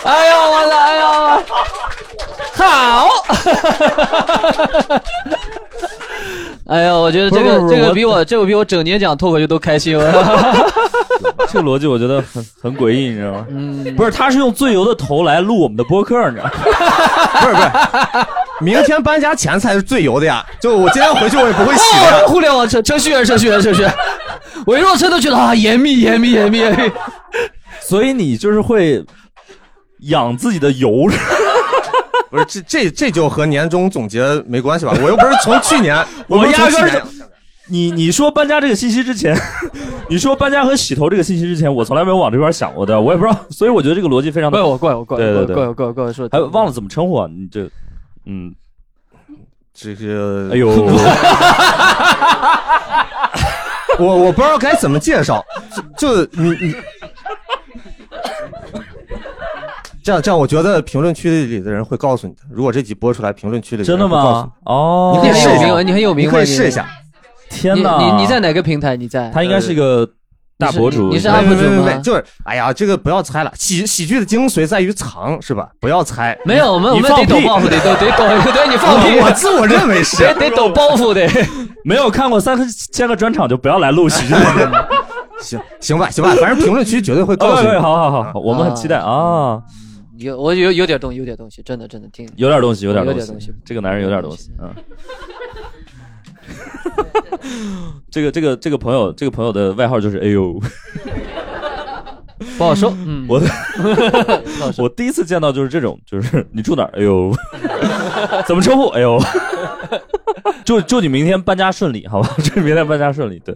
哎呦我的，哎呦我的，好， 哎呦，我觉得这个
不是不是
这
我
个比我这个比我整年讲脱口秀都开心。
这个逻辑我觉得很很诡异，你知道吗？嗯，不是，他是用最油的头来录我们的播客，你知道吗？
明天搬家前才是最油的呀。就我今天回去我也不会洗
哦
的。
互联网程程序员，程序员，程序员，围绕车都觉得啊，严密，严密，严密，严密。
所以你就是会养自己的油，是吧
不是这这这就和年终总结没关系吧？我又不是从去年，
我
我不是从
压根儿
去年
你你说搬家这个信息之前， 你说搬家和洗头这个信息之前，我从来没有往这边想过的，我也不知道， 所以我觉得这个逻辑非常
怪
的，
我，怪我，怪
对
我，
对
怪
对
我，怪我，怪我说，
还忘了怎么称呼啊？你这，嗯，
这个，
哎呦，
我我不知道该怎么介绍，就就你 你。这样这样，我觉得评论区里的人会告诉你的。如果这集播出来，评论区里
真的
人会告诉
吗？哦，
你
你
可以
很
试一下
有名啊，你很有
你？
名
你
啊，
可以试一下。
天
你
哪！
你你在哪个平台？你在？呃
他应该是个大博主，
哎你是
没
你是
没
UP 主
没
吗
没，就是哎呀，这个不要猜了。喜喜剧的精髓在于藏，是吧？不要猜。
没有，我们我
你
们
放
得抖
屁
包袱，得抖，得抖，对你放 屁
我，我自我认为 是
得得抖包袱得。
没有看过三千个专场就不要来录喜剧。
行行吧行吧，反正评论区绝对会告
哦，
诉你
对，。好好好好，我们很期待啊，
有我有有点东西，有点东西，真的真的挺。
有点东西，有点
有点
东
东西
西，这个男人有点东西，嗯。嗯 这个这个这个朋友，这个朋友的外号就是哎呦，
不好 说，嗯，
我
不好 说。
我第一次见到就是这种，就是你住哪儿？哎呦， 怎么称呼？哎呦， 祝祝你明天搬家顺利，好吧？ 祝你明天搬家顺利。对，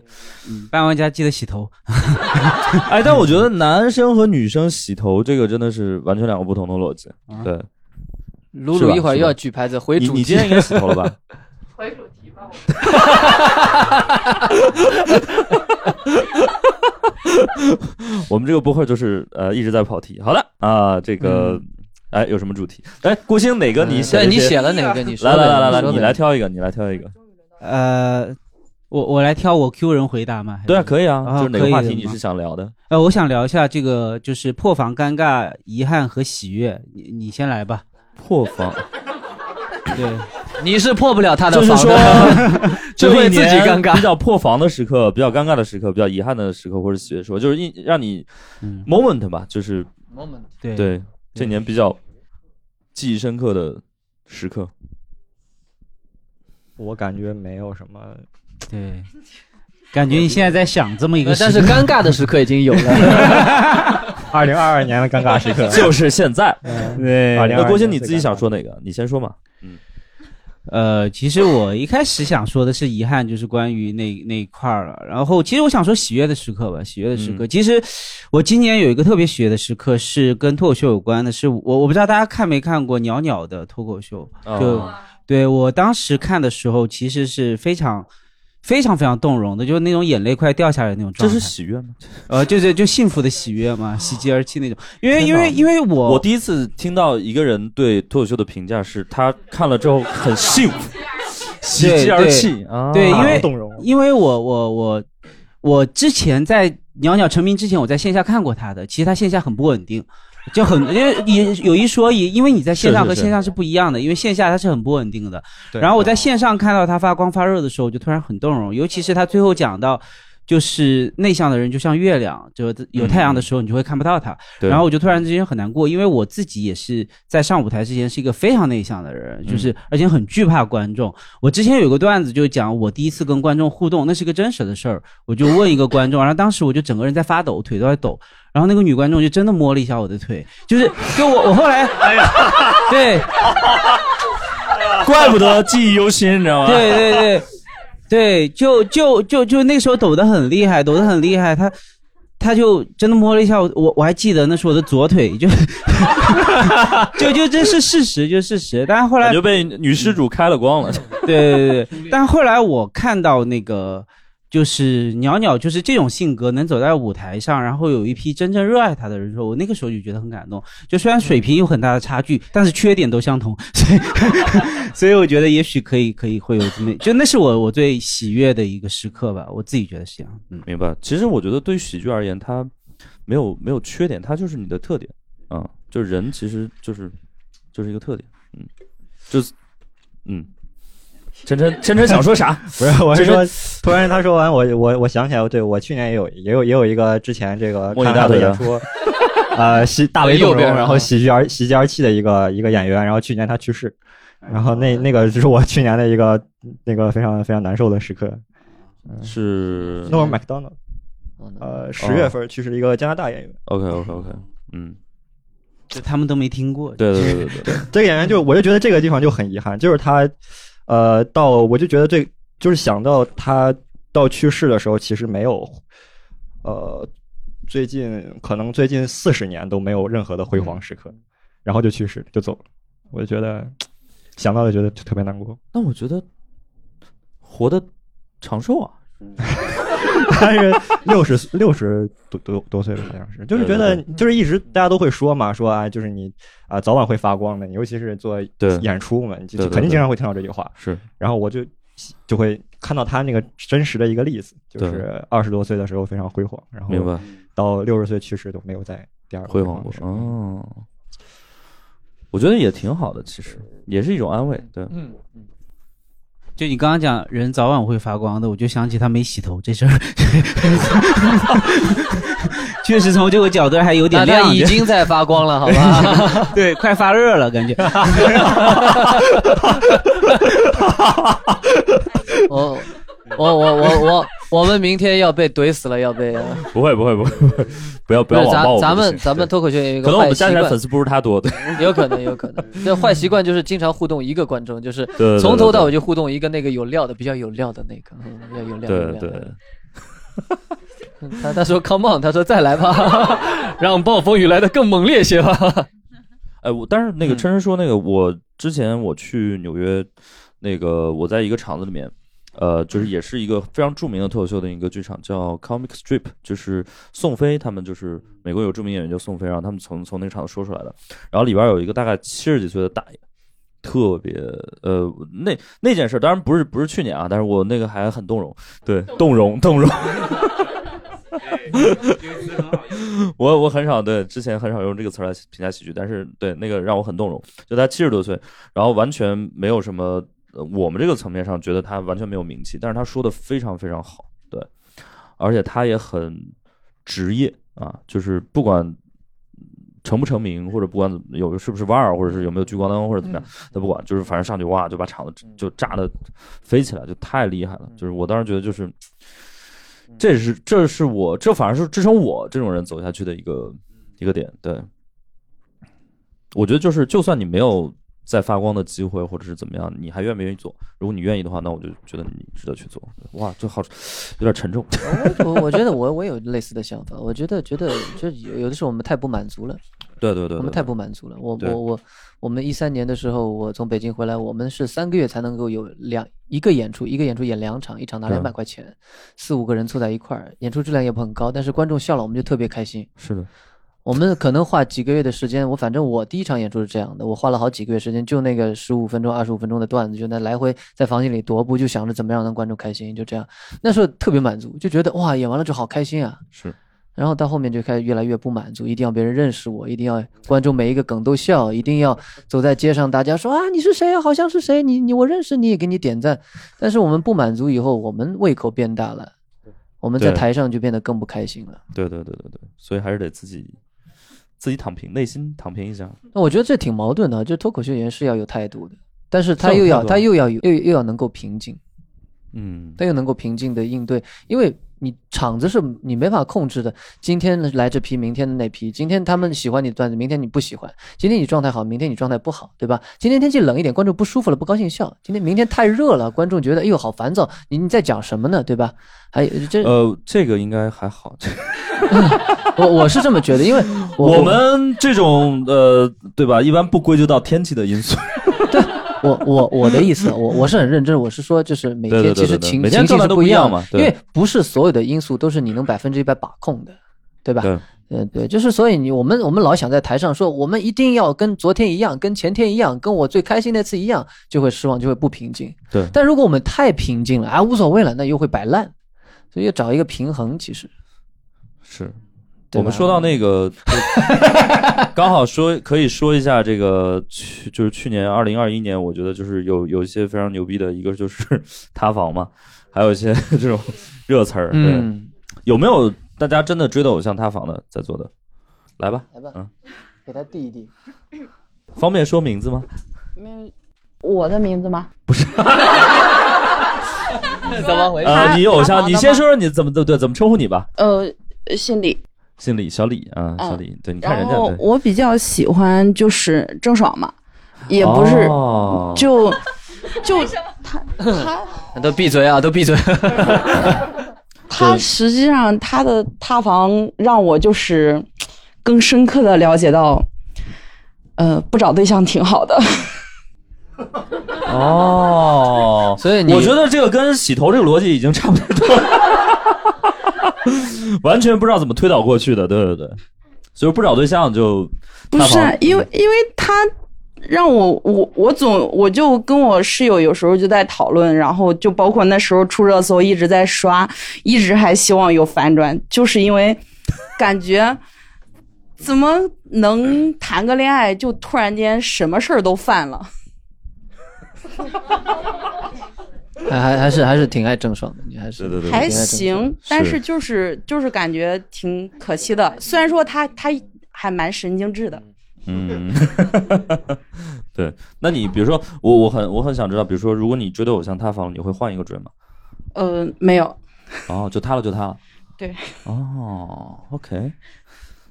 搬嗯完家记得洗头。
哎，但我觉得男生和女生洗头这个真的是完全两个不同的逻辑。对，
鲁
是
鲁
吧
啊一会儿
是
又
吧
要举牌子回
你
主
你
题
今，天应该洗头了 吧？
回主题吧，
我们这个播客就是呃一直在跑题。好的啊、这个、哎有什么主题？哎，顾星哪个你写
嗯对
一
你
些？
写了哪个？你说
来来
呗
来来
说
来，你
呗
来挑一个，你来挑一个。
呃，我我来挑我 Q 人回答嘛。还是
对啊，可以啊，
啊
就是哪个话
可
题
以的
你是想聊的？
呃，我想聊一下这个，就是破防、尴尬、遗憾和喜悦。你你先来吧。
破防，
对，
你是破不了他的
就是
防
说
的，
就
只
是
会
一
自己
年
尴尬
比较破防的时刻，比较尴尬的时刻，比较遗憾的时刻，或者喜悦时刻，就是一让你
嗯，
moment 吧，就是
对
对这年比较记忆深刻的时刻。。
我感觉没有什么，
对感觉你现在在想这么一个
呃
事
但
情，
是尴尬的时刻已经有了。
二零二二年的尴尬时刻嗯
就是现在，对
2022
那郭鑫
年
你
最
自己
尴
想
尬
说哪个？你先说嘛。
呃，其实我一开始想说的是遗憾，就是关于那那一块儿了。然后，其实我想说喜悦的时刻吧，喜悦的时
嗯
刻。其实我今年有一个特别喜悦的时刻，是跟脱口秀有关的，是我我不知道大家看没看过袅袅的脱口秀，就、
哦
对我当时看的时候，其实是非常。非常非常动容的，就是那种眼泪快掉下来的那种
这
状态，
是喜悦吗？
呃，就是就幸福的喜悦嘛，喜极而泣那种。因为因
天哪
为因为我
我第一次听到一个人对脱口秀的评价是，他看了之后很幸福，喜极而泣啊！
对因为
动容，
因为我我我我之前在袅袅成名之前，我在线下看过他的，其实他线下很不稳定，就很因 为也有一说一，因为你在线上
是
和
是啊是
线上是不一样的，因为线下他是很不稳定的。
对
然后我在线上看到他发光发热的时候，我就突然很动容，尤其是他最后讲到。就是内向的人就像月亮，就有太阳的时候你就会看不到他。
嗯对
然后我就突然之间很难过，因为我自己也是在上舞台之前是一个非常内向的
嗯
人，就是而且很惧怕观众。我之前有个段子就讲我第一次跟观众互动，那是个真实的事儿，我就问一个观众，然后当时我就整个人在发抖，腿都在抖。然后那个女观众就真的摸了一下我的腿，就是就我我后来，哎 呀，对
怪不得记忆犹新，你知道吗？
对对对对，就就就就那时候抖得很厉害，抖得很厉害，她她就真的摸了一下我，我我还记得那是我的左腿， 就就就这是事实，就是事实。但是后来
感觉被女施主开了光了。
对对对，但后来我看到那个就是袅袅就是这种性格能走在舞台上，然后有一批真正热爱他的人的时候，我那个时候就觉得很感动。就虽然水平有很大的差距，但是缺点都相同， 所以所以我觉得也许可以可以会有这么，就那是我我最喜悦的一个时刻吧，我自己觉得是这样。嗯，
明白。其实我觉得对于喜剧而言，它没有没有缺点，它就是你的特点啊。就是人其实就是就是一个特点，嗯，就是嗯。晨 晨，晨晨想说啥？
不是，我是
晨
说，突然他说完，我我我想起来，对我去年也有也有也有一个之前这个
摸你
看
大
他的
腿啊的
演出， 呃，喜大为
右
动容，
边儿
然后
啊
喜剧而喜极而泣的一个一个演员，然后去年他去世，然后
啊
那那个就是我去年的一个那个非常非常难受的时刻。
是
Norm Macdonald，
嗯
呃，十月份去世的一个加拿大演员，
OK OK OK，嗯，
就他们都没听过。
对对对对对，
这个演员就我就觉得这个地方就很遗憾，就是他，呃，到我就觉得这就是想到他到去世的时候，其实没有，呃，最近可能最近四十年都没有任何的辉
嗯
煌时刻，然后就去世就走了，我就觉得想到就觉得特别难过。
那我觉得活得长寿啊，
但是六十六十多多多岁了，好像是，就是觉得
对
就是一直大家都会说嘛，说啊，就是你啊、早晚会发光的，你尤其是做
对
演出嘛，你就
对
就
对对
肯定经常会听到这句话。
是
然后我就就会看到他那个真实的一个例子，就是二十多岁的时候非常辉煌，然
明
后
白
到六十岁去世都没有在第二个
辉煌过
的时候
哦。我觉得也挺好的，其实也是一种安慰。对，
嗯，
就你刚刚讲人早晚会发光的，我就想起他没洗头这事儿， 确实从这个角度还有点
大
亮
家，已经在发光了，好吧？
对，快发热了感觉。
我我我我我我们明天要被怼死了，要被呃
不会不会不会，不会不要不
不
要
是
网暴
咱
我
咱
不
们
行
咱们
对
脱口秀有一
可
个
能我
坏
们
习
加起来粉
惯，
丝不是他多 的，
有可能有 可能，这坏习惯就是经常互动一个观众，就是
对对对
从头到尾
对
就互动一个那个有料的，比较有料的那个， 嗯，要有料。有
对
料
对，
他他说 come on，他说再 来吧，让暴风雨来的更猛烈些吧。
哎，我但是那个琛琛说那个，我之前我去纽约，那个我在一个厂子里面，呃，就是也是一个非常著名的脱口秀的一个剧场，叫 Comic Strip，就是宋飞他们就是美国有著名演员叫宋飞，然后他们从从那个厂子说出来的，然后里边有一个大概七十几岁的大爷。特别呃，那那件事当然不是不是去年啊，但是我那个还很动容，对，动容动容，我我很少对之前很少用这个词儿来评价喜剧，但是对那个让我很动容。就他七十多岁，然后完全没有什么、呃我们这个层面上觉得他完全没有名气，但是他说的非常非常好，对，而且他也很职业啊，就是不管成不成名，或者不管怎么有是不是腕儿，或者是有没有聚光灯或者怎么样，他不管，就是反正上去哇就把场子就炸的飞起来，就太厉害了。就是我当时觉得就是。这是这是我这反而是支撑我这种人走下去的一个一个点。对，我觉得就是就算你没有再发光的机会，或者是怎么样，你还愿不愿意做？如果你愿意的话，那我就觉得你值得去做。哇，这好有点沉重。
我我觉得我我有类似的想法，我觉得觉得就有有的时候我们太不满足了，
对对对对，
我们太不满足了。我
对
我我我们一三年的时候，我从北京回来，我们是三个月才能够有两一个演出，一个演出演两场，一场拿
对
两百块钱，四五个人凑在一块儿，演出质量也不很高，但是观众笑了，我们就特别开心。
是的，
我们可能花几个月的时间，我反正我第一场演出是这样的，我花了好几个月时间，就那个十五分钟、二十五分钟的段子，就那来回在房间里踱步，就想着怎么样让观众开心，就这样。那时候特别满足，就觉得哇，演完了就好开心啊。
是
然后到后面就开始越来越不满足，一定要别人认识我，一定要观众每一个梗都笑，一定要走在街上，大家说啊你是谁啊，好像是谁，你你我认识你，也给你点赞。但是我们不满足以后，我们胃口变大了，我们在
对
台上就变得更不开心了。
对对对对对，所以还是得自己自己躺平，内心躺平一下。
那我觉得这挺矛盾的，就是脱口秀演员是要有态度的，但是他
是有
又要
态度啊
他又要有又又要能够平静，
嗯，
他又能够平静的应对，因为你场子是你没法控制的，今天来这批，明天的那批，今天他们喜欢你的段子，明天你不喜欢，今天你状态好，明天你状态不好，对吧？今天天气冷一点，观众不舒服了，不高兴笑；今天明天太热了，观众觉得哎呦好烦躁，你你在讲什么呢，对吧？还有这、
呃，这个应该还好。
我我是这么觉得，因为我
我们这种呃，对吧？一般不归咎到天气的因素。
我我我的意思，我我是很认真，我是说就是每
对对对
天其
对
实
对
情
每天
情
状态
形是
都
不
不一样
样
嘛
因
对
为不是所有的因素都是你能百分之一百把控的，对吧？
对
呃，对，就是所以你我们我们老想在台上说，我们一定要跟昨天一样，跟前天一样，跟我最开心那次一样，就会失望，就会不平静。
对
但如果我们太平静了啊，无所谓了，那又会摆烂，所以要找一个平衡，其实。
是
对
我们
吧
说到那个， 刚好说可以说一下这个去，就是去年二零二一年，我觉得就是有有一些非常牛逼的，一个就是 塌房嘛，还有一些这种热词儿。对，
嗯，
有没有大家真的追的偶像塌房的在座的？来吧，
来吧
嗯，
给他递一递。
方便说名字吗？
我的名字吗？
怎么回
呃，你偶
塌
像，
房的
你
吗
先说说你怎么对对怎么称呼你吧？
呃，姓李。
姓李，小李啊，
嗯
小李，对，你看
然
人家
后
对，
我比较喜欢就是郑爽嘛，也不是、
哦
就就
都闭嘴啊！都闭嘴。
她实际上她的塌房让我就是更深刻的了解到，呃，不找对象挺好的。
哦，
所以你
我觉得这个跟洗头这个逻辑已经差不太多了， 完全不知道怎么推导过去的，对对对，所以不找对象就
不
塌
是啊
房，
因为因为他让我我我总我就跟我室友有时候就在讨论，然后就包括那时候出热搜一直在刷，一直还希望有反转，就是因为感觉怎么能谈个恋爱就突然间什么事儿都犯了。
还还还是还是挺爱郑爽的，你还是
对对对，
还
应该这么说
行，但
是
是就是就是感觉挺可惜的。虽然说他他还蛮神经质的，
嗯， 对，那你比如说我我很我很想知道，比如说如果你追的偶像塌房，你会换一个追吗？嗯
呃，没有，
哦，就塌了就塌了，
对，
哦，OK，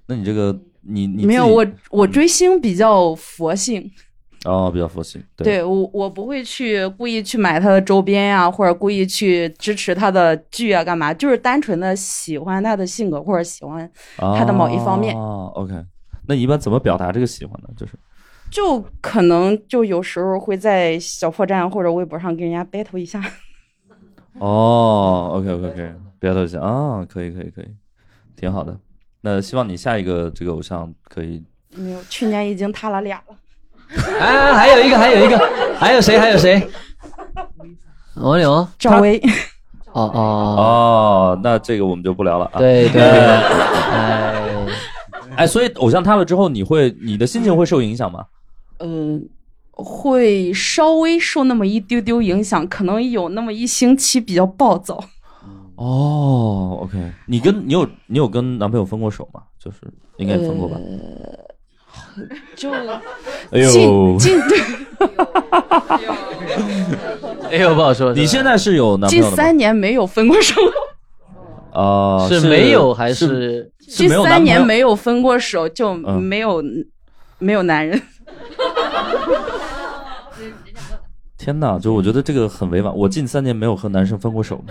那你这个你你
没有
自己
我我追星比较佛性，
哦比较佛系，对
对我，我不会去故意去买他的周边呀、或者故意去支持他的剧啊，干嘛？就是单纯的喜欢他的性格，或者喜欢，他的某一方面
哦，OK，那你一般怎么表达这个喜欢呢？就是
就可能就有时候会在小破站或者微博上跟人家 battle 一下。
哦，OK OK OK，别的一下啊，可以可以可以，挺好的。那希望你下一个这个偶像可以
没有，去年已经塌了俩了。
啊，还有一个，还有一个，还有谁？还有谁？王力宏。哦
赵薇，
哦
哦，那这个我们就不聊了啊。，
对对对，哎，
哎，所以偶像塌了之后，你会你的心情会受影响吗？
嗯、会稍微受那么一丢丢影响，可能有那么一星期比较暴躁。
哦，OK，你跟你有你有跟男朋友分过手吗？就是
呃
应该也分过吧？
就
哎
近
呦，
近
哎呦，不好说。
你现在是有男朋
近
友的吗
三年没有分过手。
啊？
是没有还是？
是
这
没有男
三
朋友
年没有分过手，就
嗯
没有、没有 男人。
天哪，就我觉得这个很委婉。我近三年没有和男生分过 手。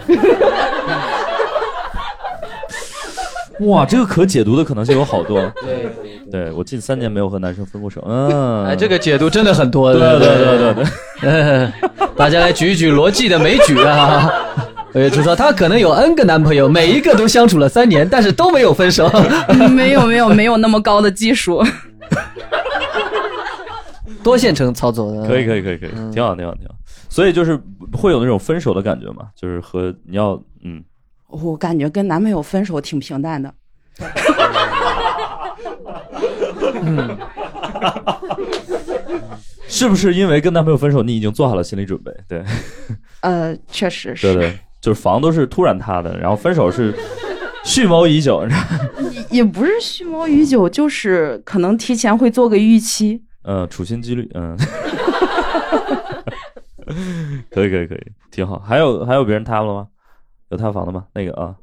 哇，这个可解读的可能性有好多。
对，
对我近三年没有和男生分过 手。嗯，
哎，这个解读真的很多。
对对对对 对，
嗯，大家来举一举罗辑的枚举啊。 我就说她可能有 N 个男朋友，每一个都相处了三年，但是都没有分手。
没有没有没有那么高的技术，
多线程操作的，
可以可以可以可以，挺好挺好挺好。所以就是会有那种分手的感觉嘛，就是和你要嗯，
我感觉跟男朋友分手挺平淡的。
是不是因为跟男朋友分手，你已经做好了心理准备？对
呃，确实
对
是
对，就是房都是突然塌的，然后分手是蓄谋已久。
也不是蓄谋已久，就是可能提前会做个预期。
嗯，处心积虑，嗯， 可以可以可以，挺好。还有还有别人塌了吗？有塌房的吗？那个啊，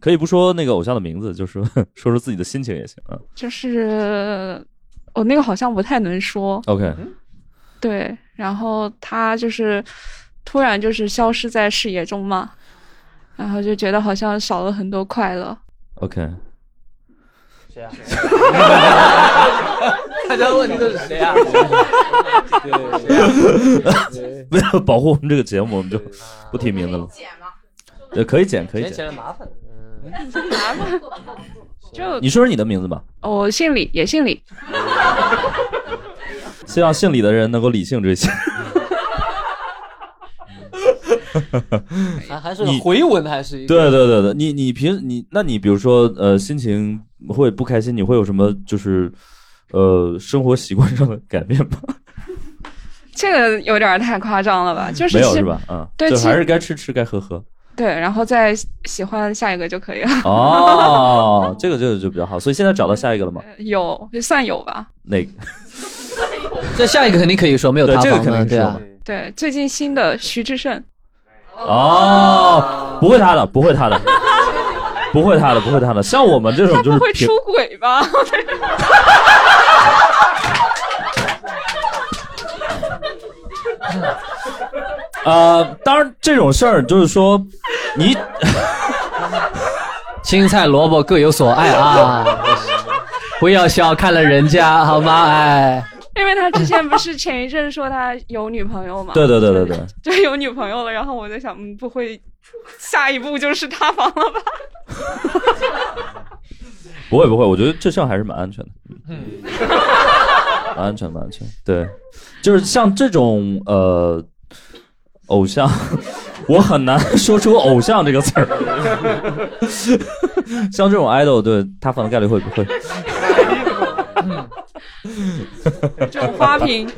可以不说那个偶像的名字，就说 说说自己的心情也行啊。
就是我那个好像不太能说，
OK，
对。然后他就是突然就是消失在视野中嘛，然后就觉得好像少了很多快乐。
OK，谁
大家问这是谁啊？
为了保护我们这个节目，我们就
啊
不提名字了。呃，可以剪，可以剪。
麻烦。
麻烦。就哦
你说说你的名字吧，
我姓李，也姓李，
希望姓李的人能够理性追星。
还还
是个你
回文还是一
对对对对，你你平你，那你比如说呃，心情会不开心，你会有什么就是呃生活习惯上的改变吗？
这个有点太夸张了吧？ 就是
没有
喜
是吧？嗯，
对
就
其实
还是该吃吃，该喝 喝。
对，然后再喜欢下一个就可以了。
哦，这个就就比较好。所以现在找到下一个了吗？
有就算有吧。
哪个？
这下一个肯定可以说没有
对
塌
这个
房
肯
了，
定
对
是
啊
嘛。
对，最近新的徐志胜，
哦，不会他的，不会他的， 不会他的，不会他的。像我们这种
他
就是
不会
平
出 轨吧？
呃，当然这种事儿就是说你
青菜萝卜各有所
哎
爱啊，不要小看了人家好吗？哎，
因为他之前不是前一阵说他有女朋友嘛？
对对对对对，
就有女朋友了，然后我在想，嗯，不会下一步就是塌房了吧？
不会不会，我觉得这事儿还是蛮安全的，
嗯
蛮安全蛮安全。对，就是像这种呃偶像， 我很难说出偶像这个词儿。 像这种 idol，对塌房的概率会不会？
这种花瓶，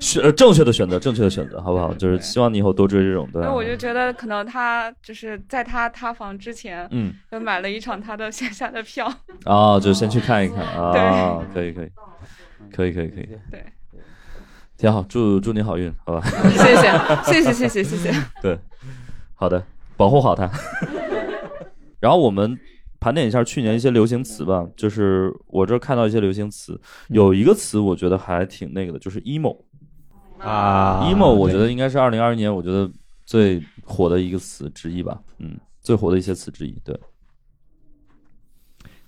选呃正确的选择，正确的选择，好不好？就是希望你以后多追这种，对
所
啊、
以我就觉得可能他就是在他塌房之前，
嗯，
就买了一场他的 线下的票。
啊、就先去看一 看啊、可以可以，可以可以可以，
对，
挺好，祝祝你好运，好吧？
谢谢，谢谢，谢谢，谢谢。
对，好的，保护好它。 然后我们盘点一下去年一些流行词吧，就是我这儿看到一些流行词，
嗯
有一个词我觉得还挺那个的，就是 emo。
啊
emo 我觉得应该是二零二一年我觉得最火的一个词之一吧，嗯，最火的一些词之一。对，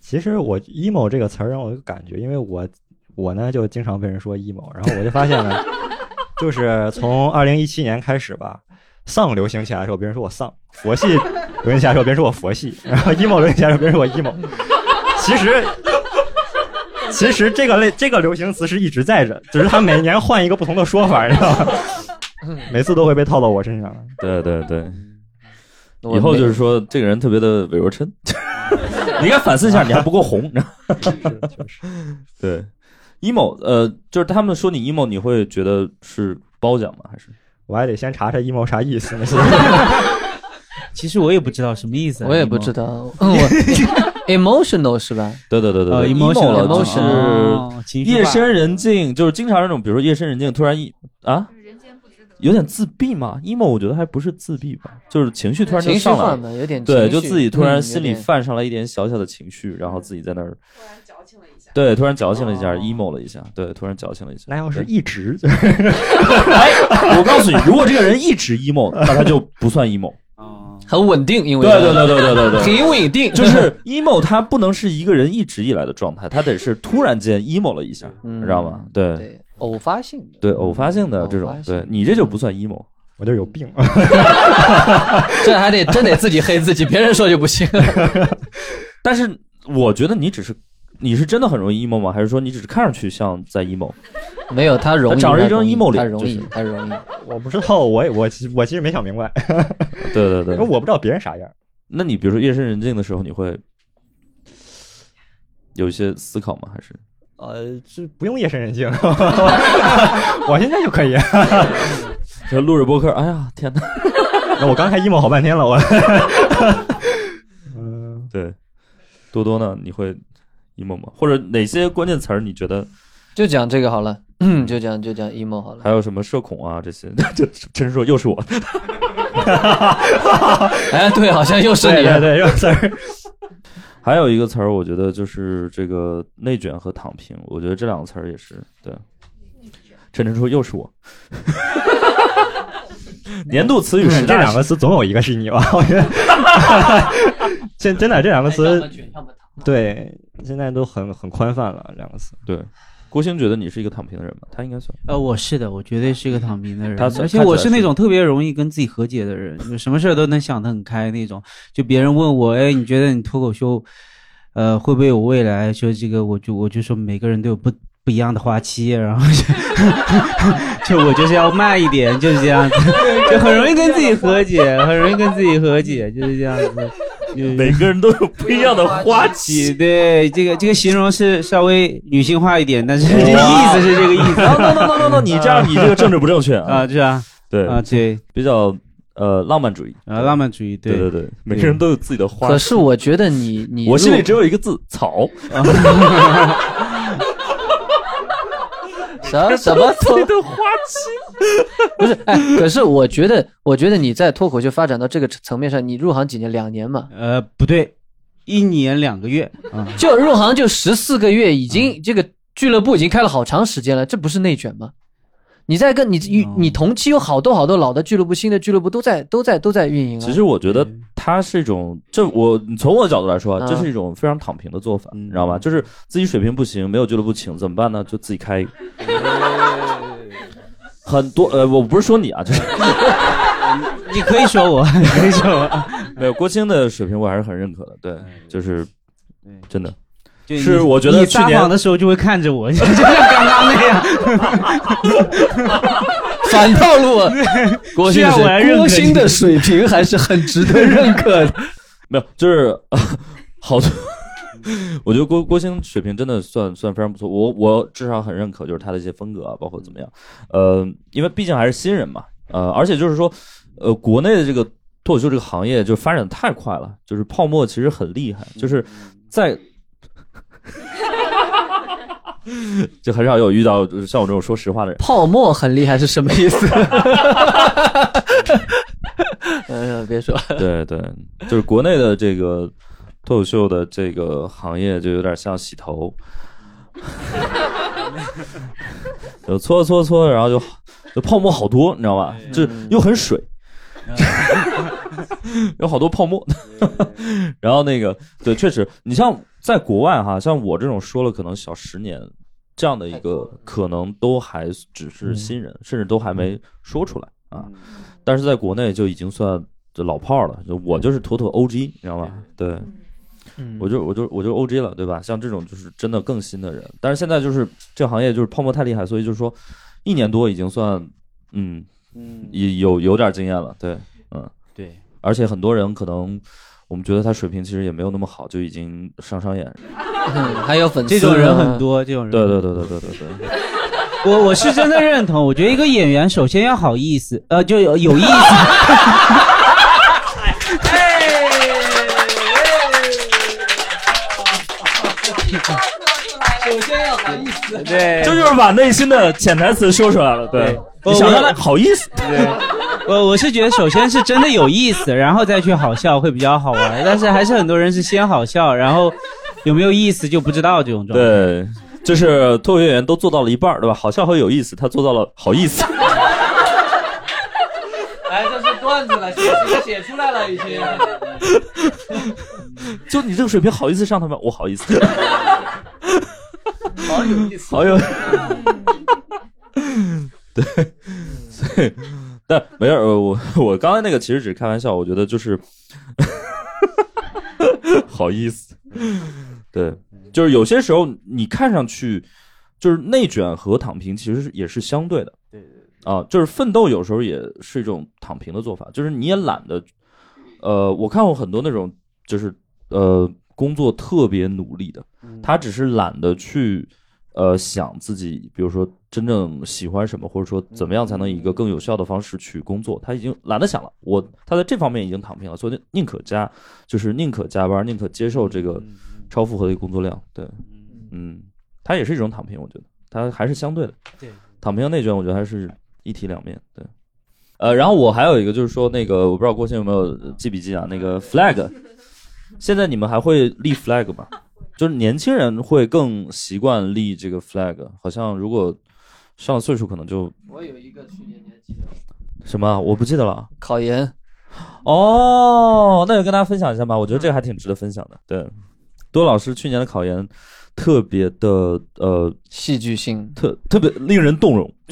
其实我 emo 这个词儿让我有个感觉，因为我 我呢就经常被人说 emo，然后我就发现呢，就是从二零一七年开始吧，丧流行起来的时候，别人说我丧；佛系流行起来的时候，别人说我佛系； 然后 emo 流行起来的时候，别人说我 emo。其实。其实这个类这个流行词是一直在这，只是它每年换一个不同的说法，你知道吗？
嗯
每次都会被套到我身上。
对对对，
我
以后
没
就是说这个人特别的伪若琛，你应该反思一下，你还不够红。对，emo，呃，就是他们说你 emo，你会觉得是褒奖吗？还是
我还得先查查 emo 啥意思呢。
其实我也不知道什么意思啊，
我也不 知道，嗯 我 emotional 是吧？
对对对对
呃
对
emotion
了，
emotional，
就
哦
是
情绪化
夜深人静，就是经常那种，比如说夜深人静，突然一啊，有点自闭嘛。emo 我觉得还不是自闭吧，就是情绪突然就
情绪
上来
化
了，
嘛，有点
对，
情
就
绪
自己突然
嗯
心
有
里
点
泛上了一点小小的情绪，然后自己在那儿对，突然矫情了一
哦
下、e m o 了一下，对，突然矫情了一下。
那要是
对
一直
哎，我告诉你，如果这个人一直 emo，那他就不算 emo。
哦
很稳定，因为
对对对对对对对。
挺稳定，
就是 emo，它不能是一个人一直以来的状态，它得是突然间 emo 了一下，
嗯
你知道吗？对
对偶发性 的，
对偶发性的这
偶发
种，
性
对你这就不算 emo。
我就是有病。
这还得真得自己黑自己，别人说就不行。
但是我觉得你只是，你是真的很容易 emo 吗？还是说你只是看上去像在 emo？
没有他容易，
他长着一张
容易
emo 脸
他容易
就是，
他容易。
我不知道，我也我其我其实没想明白，
对对
因为
对。
我不知道别人啥样。
那你比如说夜深人静的时候，你会有一些思考吗？还是
呃，这不用夜深人 静，我现在就可以。
就录着播客？哎呀，天哪！
那我刚才 emo 好半天了，我。 嗯，
对，多多呢？你会 emo 吗？或者哪些关键词儿你觉得
就讲这个好了， 嗯，就讲就讲 emo 好了。
还有什么社恐啊这些？ 这真说又是我。
哎，对，好像又是
对
你。
对对，这个词儿
还有一个词儿，我觉得就是这个内卷和躺平，我觉得这两个词儿也是对。晨晨说又是我，年度词语十
嗯这
大
两个词总有一个是你吧？我觉得，现真的这两个词，对，现在都很很宽泛了，两个词。
对郭兴觉得你是一个躺平的人吗？他应该算。哦
呃，我是的，我绝对是一个躺平的人，
他是
而且
看起
我
来
是那
是
种特别容易跟自己和解的人，就什么事儿都能想得很开那种。就别人问我，哎，你觉得你脱口秀，呃，会不会有未来？就这个，我就我就说每个人都有不不一样的花期，然后 就就我就是要慢一点，就是这样子，就很容易跟自己和解，很容易跟自己和解，就是这样 子。每
个人都有不一样的花 期，
对这个这个形容是稍微女性化一点，但是这个意思是这个意思。
no no no no 哦 no，你这样你这个政治不正确
啊，是啊，
对
啊对，
比较呃浪漫主义
啊，浪漫主义，对
对对，每个人都有自己的花期。
可是我觉得你你
我心
如
里只有一个字：草。
什么什么脱
的花期，
不是，哎，可是我觉得，我觉得你在脱口秀发展到这个层面上，你入行几年？两年嘛，
呃，不对，一年两个月啊，
就入行就十四个月，已经这个俱乐部已经开了好长时间了，这不是内卷吗？你在跟你你
哦
你同期有好多好多老的俱乐部、新的俱乐部都在都在都在运营 啊。
其实我觉得它是一种，这我从我的角度来说啊，
嗯
这是一种非常躺平的做法，
嗯
你知道吧？就是自己水平不行，没有俱乐部请怎么办呢？就自己开一个。很多呃，我不是说你啊，就是
你可以说 我，你可以说我，嗯
没有郭兴的水平，我还是很认可的。对，就是真的，
就是你
我觉得
你
去
撒
年
谎的时候就会看着我，就 像刚刚那样，
反 套路啊，郭
虽
鑫
然我还认
是
可
郭鑫
你
的水平还是很值得认可的。
没有，就是、 呃、好多。 我觉得郭郭兴水平真的算算非常不错，我我至少很认可，就是他的一些风格啊，包括怎么样，呃，因为毕竟还是新人嘛，呃，而且就是说，呃，国内的这个脱口秀这个行业就发展得太快了，就是泡沫其实很厉害，就是在 就很少有遇到就是像我这种说实话的人。
泡沫很厉害是什么意思？嗯，别说了，
对对，就是国内的这个脱口秀的这个行业，就有点像洗头，就搓搓搓，然后就就泡沫好多，你知道吧？就是又很水，有好多泡沫。然后那个对，确实，你像在国外哈，像我这种说了可能小十年。这样的一个可能都还只是新人，甚至都还没说出来啊。但是在国内就已经算就老炮儿了，就我就是妥妥 OG，你知道吧？对，我就我就我就 OG 了，对吧？像这种就是真的更新的人，但是现在就是这个行业就是泡沫太厉害，所以就是说一年多已经算嗯
嗯，
也有有点经验了，对，嗯，
对，
而且很多人可能我们觉得他水平其实也没有那么好，就已经上上眼，
嗯还有粉丝
这种人很多，这种人
对对对对对对对。
我我是真的认同，我觉得一个演员首先要好意思，呃，就有有意思。 首先要好意思，对，
这就是把内心的潜台词说出来了，对，
对
你想
我
想好意 思，
我我是觉得，首先是真的有意思，然后再去好笑会比较好玩。但是还是很多人是先好笑，然后有没有意思就不知道这种状态。
对，就是脱口秀演员都做到了一半儿，对吧？好笑和有意思，他做到了好意思。
哎，这是段子了，写写出来了已经。
就你这个水平，好意思上他们？我好意思， 好有意思，好有， 对，所以但没事儿，呃我我刚才那个其实只是开玩笑，我觉得就是 好意思，对，就是有些时候你看上去就是内卷和躺平其实是也是相对的，对对啊，就是奋斗有时候也是一种躺平的做法，就是你也懒得，呃，我看过很多那种就是呃工作特别努力的，他只是懒得去呃想自己，比如说真正喜欢什么，或者说怎么样才能以一个更有效的方式去工作，他已经懒得想了。我他在这方面已经躺平了，所以宁可加，就是宁可加班，宁可接受这个超负荷的工作量。对，嗯，它也是一种躺平，我觉得它还是相对的。
对，
躺平和内卷，我觉得还是一体两面。对。呃，然后我还有一个就是说，那个我不知道郭鑫有没有记笔记啊？那个 flag，现在你们还会立 flag 吗？就是年轻人会更习惯立这个 flag，好像如果上了岁数，可能就
我有一个去年年纪
什么我不记得了。
考研，
哦，那就跟大家分享一下吧，我觉得这个还挺值得分享的。对，多老师去年的考研特别的呃
戏剧性，
特特别令人动容，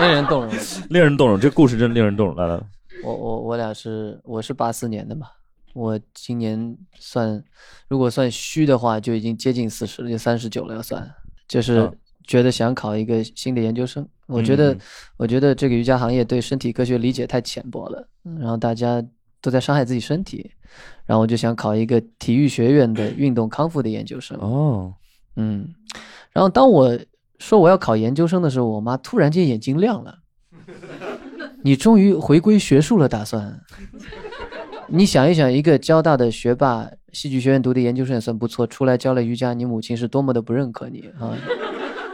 令人动容。
令人动容。这故事真令人动容。来来，来
我我我俩是我是八四年的嘛，我今年算如果算虚的话，就已经接近四十了，就三十九了要算，就是觉得想考一个新的研究生。我觉得、
嗯
我觉得这个瑜伽行业对身体科学理解太浅薄了，嗯然后大家都在伤害自己身体，然后我就想考一个体育学院的运动康复的研究生。
哦，
嗯，然后当我说我要考研究生的时候，我妈突然间眼睛亮了，你终于回归学术了，打算。你想一想，一个交大的学霸，戏剧学院读的研究生也算不错，出来教了瑜伽，你母亲是多么的不认可你啊！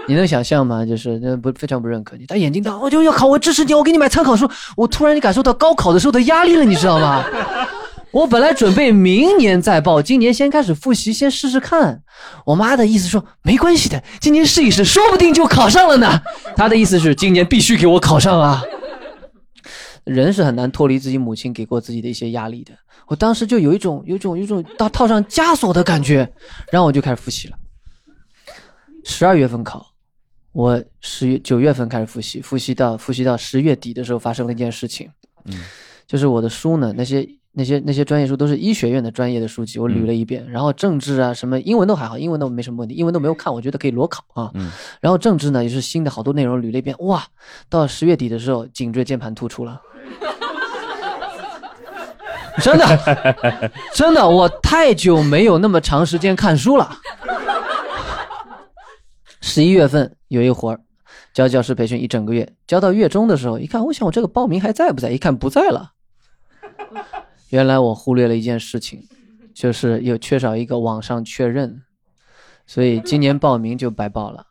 你能想象吗？就是那不非常不认可你，他眼睛大，我就要考，我支持你，我给你买参考书。我突然感受到高考的时候的压力了，你知道吗？ 我本来准备明年再报，今年先开始复习，先试试看。我妈的意思说没关系的，今年试一试，说不定就考上了呢。她的意思是今年必须给我考上啊。人是很难脱离自己母亲给过自己的一些压力的。我当时就有一种有一种有一种套套上枷锁的感觉，然后我就开始复习了。十二月份考，我十月九月份开始复习，复习到复习到十月底的时候发生了一件事情，
嗯，
就是我的书呢，那些那些那些专业书都是医学院的专业的书籍，我捋了一遍，然后政治啊什么英文都还好，英文都没什么问题，英文都没有看，我觉得可以裸考啊，
嗯，
然后政治呢也是新的好多内容捋了一遍，哇，到十月底的时候颈椎间盘突出了。真的， 真的，我太久没有那么长时间看书了。十一月份有一活儿，教教师培训一整个月，教到月中的时候，一看，我想我这个报名还在不在？一看不在了。原来我忽略了一件事情，就是有缺少一个网上确认，所以今年报名就白报了。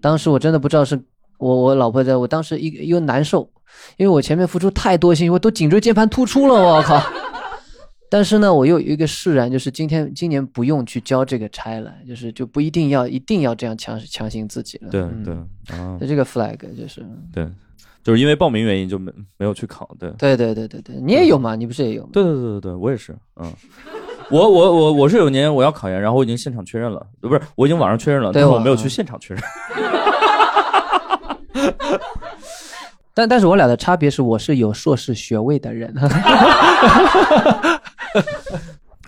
当时我真的不知道是我我老婆在我当时一个又难受，因为我前面付出太多心血，我都颈椎间盘突出了，我靠！但是呢，我又有一个释然，就是今天今年不用去交这个差了，就是就不一定要一定要这样强强行自己了。
对
嗯
对啊
就，这个 flag 就是，
对，就是因为报名原因就没没有去考，对。
对对对对对，你也有嘛，你不是也有吗？
对对对对对，我也是， 嗯，我我我我是有年我要考研，然后我已经现场确认了，不是，我已经网上确认了，
对
但我
我
没有
啊
去现场确认。
但但是我俩的差别是，我是有硕士学位的人，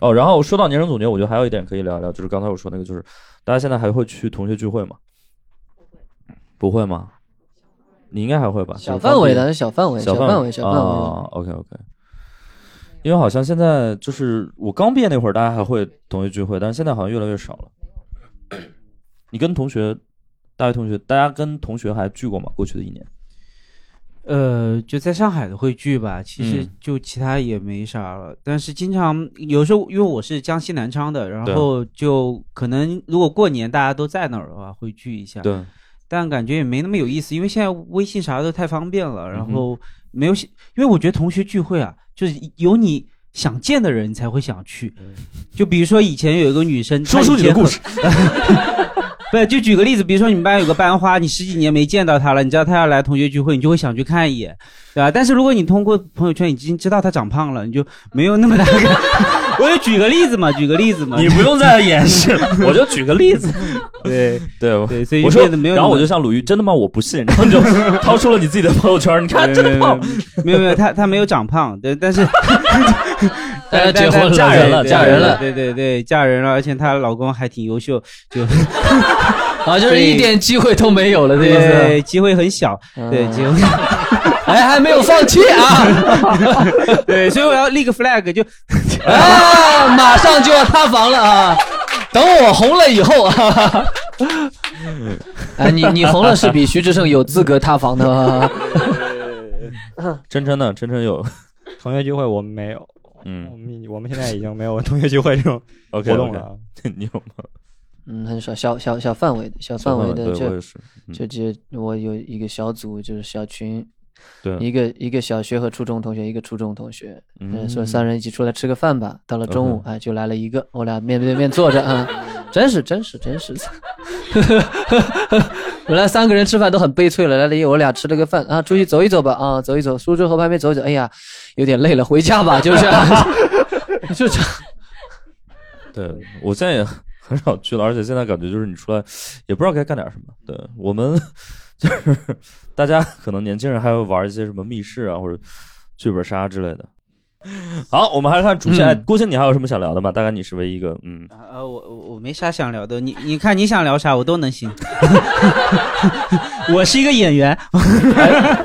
哦，然后说到年终总结，我觉得还有一点可以聊一聊，就是刚才我说那个，就是大家现在还会去同学聚会吗？不会吗？你应该还会吧？
小范
就是
围
刚毕业
的，小范围，小
范
范围，小范围。
啊，OK OK。因为好像现在就是我刚毕业那会儿，大家还会同学聚会，但是现在好像越来越少了。你跟同学，大学同学，大家跟同学还聚过吗？过去的一年，
呃，就在上海的会聚吧，其实
嗯
就其他也没啥了。但是经常有时候，因为我是江西南昌的，然后就可能如果过年大家都在那儿的话，会聚一下。
对，
但感觉也没那么有意思，因为现在微信啥都太方便了，
嗯
然
哼
后没有想，因为我觉得同学聚会啊，就是有你想见的人，你才会想去。就比如说以前有一个女生，
说
她
出
以
你
前
的故
很
事。
对，就举个例子，比如说你们班有个班花，你十几年没见到她了，你知道她要来同学聚会，你就会想去看一眼，对吧？但是如果你通过朋友圈已经知道她长胖了，你就没有那么大的。 我就举个例子嘛，举个例子嘛，
你不用再掩饰了，我就举个例子。
对
对，我
对，所以
我
就
说
变得，没有那么。
然后我就像鲁豫，真的吗？我不信，然后你就掏出了你自己的朋友圈，你看真的吗？
没有没有，他他没有长胖，对，但 是
大家呃结婚了
嫁人了
对
嫁人了
对对对对，嫁人了，而且她老公还挺优秀，就
啊，就是
对
一点机会都没有了，这意思。
对机会很小，对
嗯
机会，
哎，还没有放弃啊！
对，所以我要立个 flag，就
啊，马上就要塌房了啊！等我红了以后啊， 哎，你你红了是比徐志胜有资格塌房的啊。
真真的，真真有，
同学聚会我们没有，我
嗯
们我们现在已经没有同学聚会这 种
，OK，
活动了。
你有吗？
嗯，很少小小小范围的小范围的
对，我
就
也是，嗯
就就我有一个小组，就是小群，
对，
一个一个小学和初中同学，一个初中同学，嗯，说
嗯
三人一起出来吃个饭吧。到了中午
OK，
哎，就来了一个，我俩面对面坐着啊， 真是真是真是， 本来三个人吃饭都很悲催了，来了一个我俩吃了个饭啊，出去走一走吧啊，走一走，苏州河畔边啊 走一走，哎呀，有点累了，回家吧，就是，就这样。
对我现在也很少去了，而且现在感觉就是你出来也不知道该干点什么。对我们 就是大家可能年轻人还会玩一些什么密室啊或者剧本杀之类的。好，我们还是看主线。
嗯
哎郭鑫，你还有什么想聊的吗？大概你是唯一一个，嗯，
呃，我我我没啥想聊的，你你看你想聊啥我都能行， 我是一个演员，
哎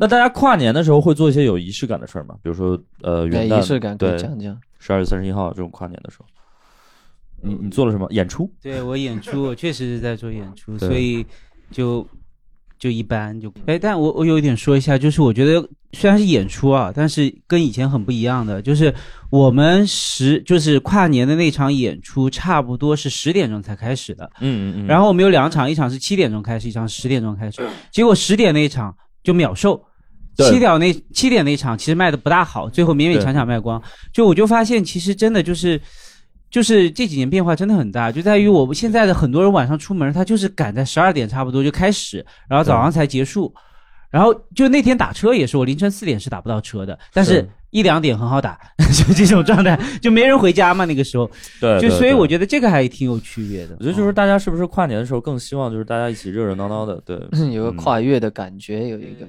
那大家跨年的时候会做一些有仪式感的事儿吗？比如说，呃，
对
元旦
仪式感可
对
以，讲讲。
十二月三十一号这种跨年的时候，你你做了什么演出？
对我演出，我确实是在做演出，
对
所以就就一般就哎，但我我有一点说一下，就是我觉得虽然是演出啊，但是跟以前很不一样的，就是我们十就是跨年的那场演出，差不多是十点钟才开始的，
嗯嗯嗯。嗯
然后我们有两场，一场是七点钟开始，一场十点钟开始，结果十点那一场就秒售。
对
七点那七点那一场其实卖的不大好，最后勉勉强强卖光。就我就发现，其实真的就是，就是这几年变化真的很大，就在于我们现在的很多人晚上出门，他就是赶在十二点差不多就开始，然后早上才结束。然后就那天打车也是，我凌晨四点是打不到车的，但是
是
一两点很好打， 就这种状态，就没人回家嘛那个时候，
对，
就
对
所以
对
我觉得这个还挺有区别的。
我觉得就是大家是不是跨年的时候更希望就是大家一起热热闹闹的，对。嗯
有个跨越的感觉，有一个。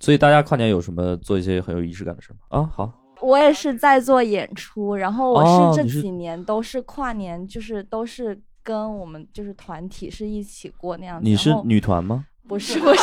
所以大家跨年有什么做一些很有仪式感的事吗？啊，好，
我也是在做演出，然后我
哦
是这
你是
几年都是跨年，就是都是跟我们就是团体是一起过那样子。
你是
嗯然后
女团吗？
不是不是，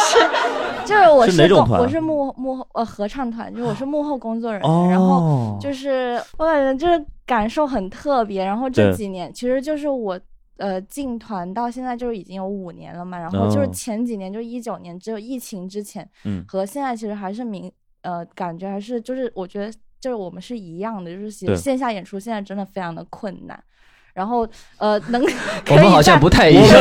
就是我
是哪种
工
团
我是幕后幕后呃合唱团，就是我是幕后工作人员，然后
哦，
就是我感觉就是感受很特别。然后这
对
几年其实就是我呃进团到现在就是已经有五年了嘛，然后
哦
就是前几年就一九年只有疫情之前
嗯，
和现在其实还是明呃感觉还是就是我觉得就是我们是一样的，就是其
对
实线下演出现在真的非常的困难。然后，呃，能
我
可以
们好像
办
不太一样，
就是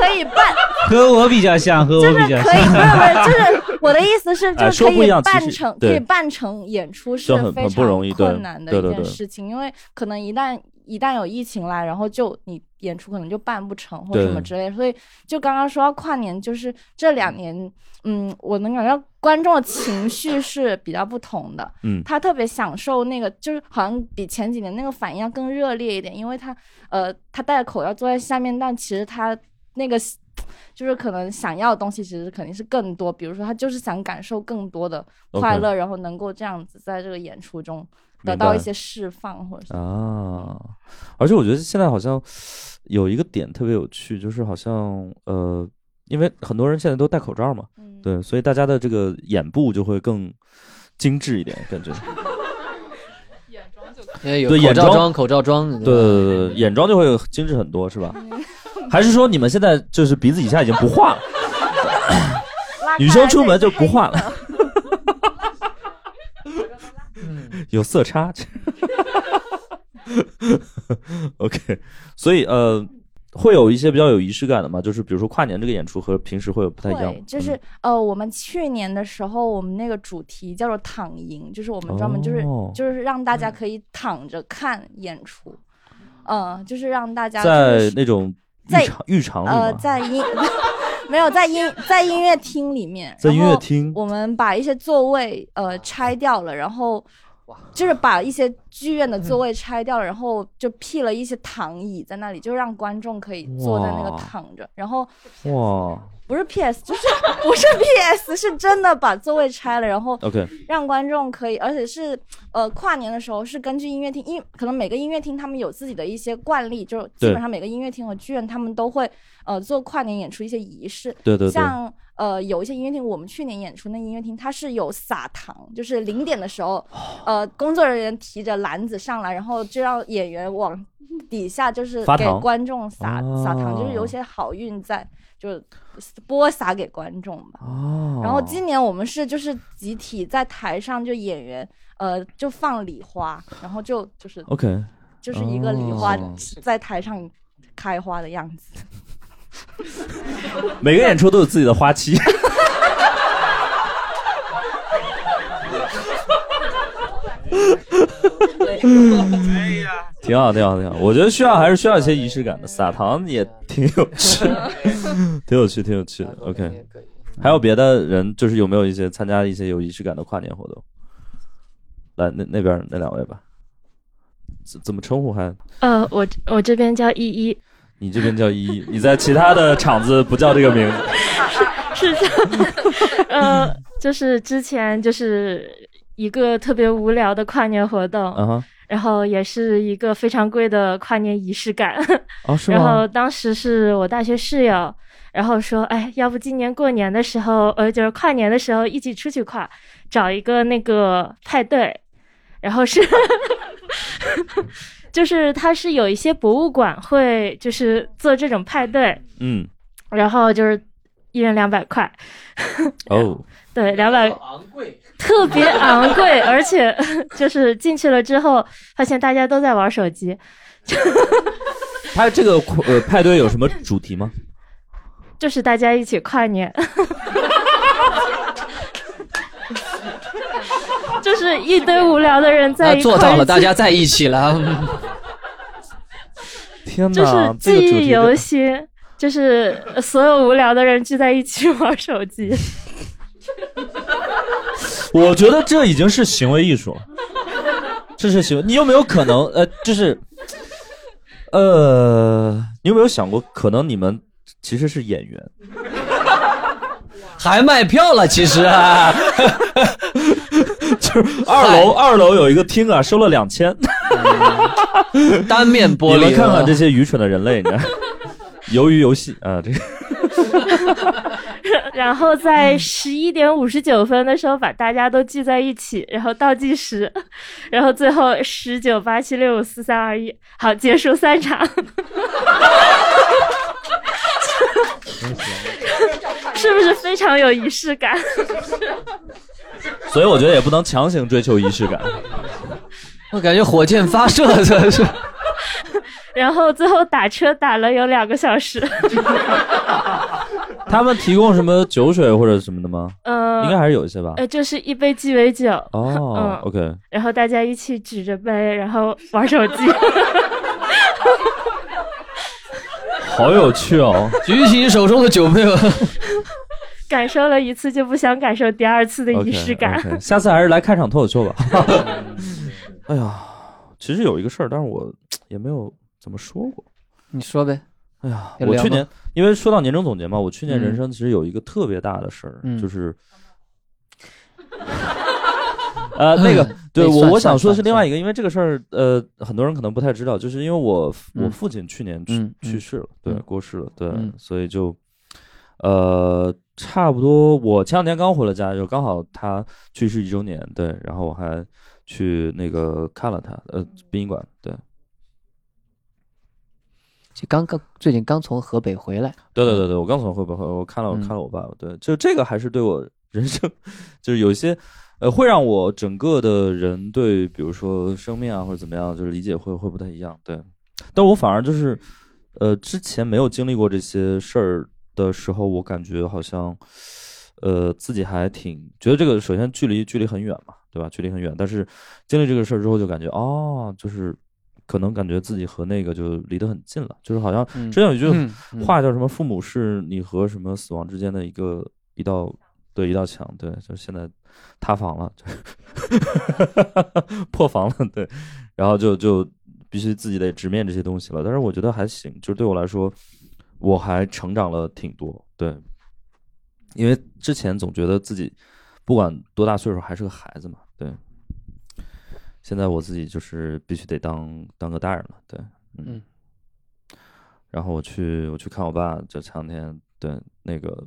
可以办，
和我比较像，和我
就
比
是
较
可以，
像。
不是不是，就是我的意思是，
哎
就是
说
可
不一
以
样其
办
实
成，
对
可以办成演出是
这很
非
很不容易
常
对
困难的
对
一
对
件
对
事情，因为可能一旦一旦有疫情来，然后就你演出可能就办不成或
对
什么之类的，所以就刚刚说到跨年，就是这两年，嗯，我能感觉到观众的情绪是比较不同的，
嗯
他特别享受那个，就是好像比前几年那个反应要更热烈一点，因为他呃，他戴着口罩坐在下面，但其实他那个就是可能想要的东西其实肯定是更多，比如说他就是想感受更多的快乐然后能够这样子在这个演出中得
明
到
白
一些释放或者是
啊，而且我觉得现在好像有一个点特别有趣，就是好像呃，因为很多人现在都戴口罩嘛，
嗯，
对，所以大家的这个眼部就会更精致一点，感 觉。
因为有
对
口
眼
罩
妆
装、口罩装。
对对对对对，眼妆就会精致很多，是吧？
嗯
还是说你们现在就是鼻子以下已经不画了，
拉
女
开
生
来
出
再
门就
看
不
一
画
个
了， 有色差。OK，所以呃，会有一些比较有仪式感的嘛，就是比如说跨年这个演出和平时会有不太一样
对
吗，，嗯
就是呃，我们去年的时候，我们那个主题叫做“躺赢”，就是我们专门就是、
哦
就是让大家可以躺着看演出，嗯、就是让大
嗯
家就
在
是
那种
在
浴场浴场里
呃
嘛，
在音 没有在音在音乐厅里面，
在音
然
乐
后
厅
我们把一些座位呃拆掉了，然后。就是把一些剧院的
嗯
座位拆掉了，然后就辟了一些躺椅在那里，就让观众可以坐在那个
哇
躺着。然后
哇
不是 PS，就是 不是 PS，是真的把座位拆了，然后
，OK，
让观众可以，而且是呃跨年的时候是根据音乐厅，因可能每个音乐厅他们有自己的一些惯例，就是基
对
本上每个音乐厅和剧院他们都会呃做跨年演出一些仪式，
对对对，
像呃有一些音乐厅，我们去年演出那音乐厅它是有撒糖，就是零点的时候，
哦
呃工作人员提着篮子上来，然后就让演员往底下就是
发
给
糖哦
观众撒撒糖，就是有一些好运在，就是播撒给观众吧。
哦，
然后今年我们是就是集体在台上就演员。呃，就放礼花，然后就就是、
OK，
就是一个礼花
哦
在台上开花的样子。
每个演出都有自己的花期。
啊
挺好，挺好，挺好。我觉得需要还是需要一些仪式感的，撒糖也挺有趣，挺有趣，挺有趣的。OK，还有别的人就是有没有一些参加一些有仪式感的跨年活动？来，那那边那两位吧。怎怎么称呼还？
呃，我我这边叫依依，
你这边叫依依，你在其他的场子不叫这个名字。
是这样，呃，就是之前就是一个特别无聊的跨年活动，
嗯哼，
然后也是一个非常贵的跨年仪式感。
哦是吗
然后当时是我大学室友，然后说，哎，要不今年过年的时候，呃，就是跨年的时候一起出去跨，找一个那个派对，然后是。就是它是有一些博物馆会就是做这种派对，
嗯，
然后就是一人两百块，
哦，
对，两百昂贵， 特别昂贵，而且 就是进去了之后，发现大家都在玩手机，
他这个呃派对有什么主题吗？
就是大家一起跨年， 就是一堆无聊的人在
啊
一块、
做到了，大家在一起了。嗯
天
就是
哪，
记忆犹新，就是所有无聊的人聚在一起玩手机。
我觉得这已经是行为艺术了，这是行为。你有没有可能呃，就是呃，你有没有想过，可能你们其实是演员？
还卖票了，其实啊，
就是二楼二楼有一个厅啊，收了两千，
单面玻璃啊
你们看看这些愚蠢的人类，你看，鱿鱼游戏啊，这个
然后在十一点五十九分的时候把大家都聚在一起，然后倒计时， 然后最后十九八七六五四三二一，好，结束三场。是不是非常有仪式感？
所以我觉得也不能强行追求仪式感。
我感觉火箭发射的是。
然后最后打车打了有两个小时，
他们提供什么酒水或者什么的吗？
嗯、
应该还是有一些吧。
呃，就是一杯鸡尾酒，
哦
嗯
，OK，
然后大家一起举着杯，然后玩手机。
好有趣哦！
举起手中的
呃
酒 杯吧。
感受了一次就不想感受第二次的仪式感。
OK，OK，下次还是来看场脱口秀 吧。 哎呀，其实有一个事儿，但是我也没有怎么说过。
你说呗。
哎呀
要
我
聊
去
吗
年因为说到年终总结嘛，我去年
嗯
人生其实有一个特别大的事儿，
嗯
就是。呃，那个
嗯，
对
那
我
算
我
算
想说的是
算
另外一个，因为这个事儿，呃，很多人可能不太知道，就是因为我父我
嗯
父亲去年去
嗯
去世了，对，过世了，对
嗯，
所以就，呃，差不多，我前两天刚回了家，就刚好他去世一周年，对，然后我还去那个看了他，呃，殡仪馆，对，
就刚刚最近刚从河北回来，
对对对对，我刚从会不会我看了我
嗯
看了我爸爸，对，就这个还是对我 人生，就是有一些，呃，会让我整个的人对，比如说生命啊或者怎么样，就是理解会会不太一样，对。但我反而就是，呃，之前没有经历过这些事儿的时候，我感觉好像，呃，自己还挺觉得这个，首先距离距离很远嘛，对吧？距离很远，但是经历这个事儿之后，就感觉哦，就是可能感觉自己和那个就离得很近了，就是好像
嗯
之前有一句
嗯嗯
话叫什么“父母是你和什么死亡之间的一个一道对一道墙”，对，就是现在塌房了，就是 破防了，对，然后就就必须自己得直面这些东西了。但是我觉得还行，就是对我来说，我还成长了挺多，对，因为之前总觉得自己不管多大岁数还是个孩子嘛，对。现在我自己就是必须得当当个大人了，对，
嗯。
然后我去我去看我爸，就前两天对那个，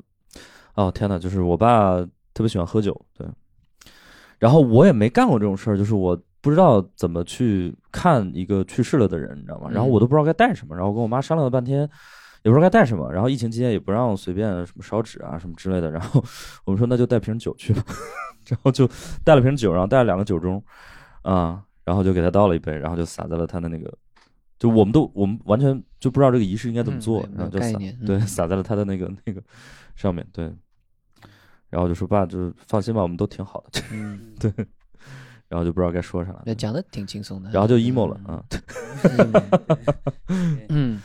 哦天呐，就是我爸特别喜欢喝酒，对。然后我也没干过这种事儿，就是我不知道怎么去看一个去世了的人，你知道吗？然后我都不知道该带什么，然后我跟我妈商量了半天，也不知道该带什么。然后疫情期间也不让随便什么烧纸啊什么之类的，然后我们说那就带瓶酒去吧， 然后就带了瓶酒，然后带了两个酒盅，啊，然后就给他倒了一杯，然后就洒在了他的那个，就我们都我们完全就不知道这个仪式应该怎么
嗯
做，
没
然后
有
就
概
洒
念
对
嗯
洒在了他的那个那个上面，对，然后就说爸，就是放心吧，我们都挺好的，
嗯，
对，然后就不知道该说啥了，
那讲的挺轻松的。
然后就 emo 了啊。
嗯，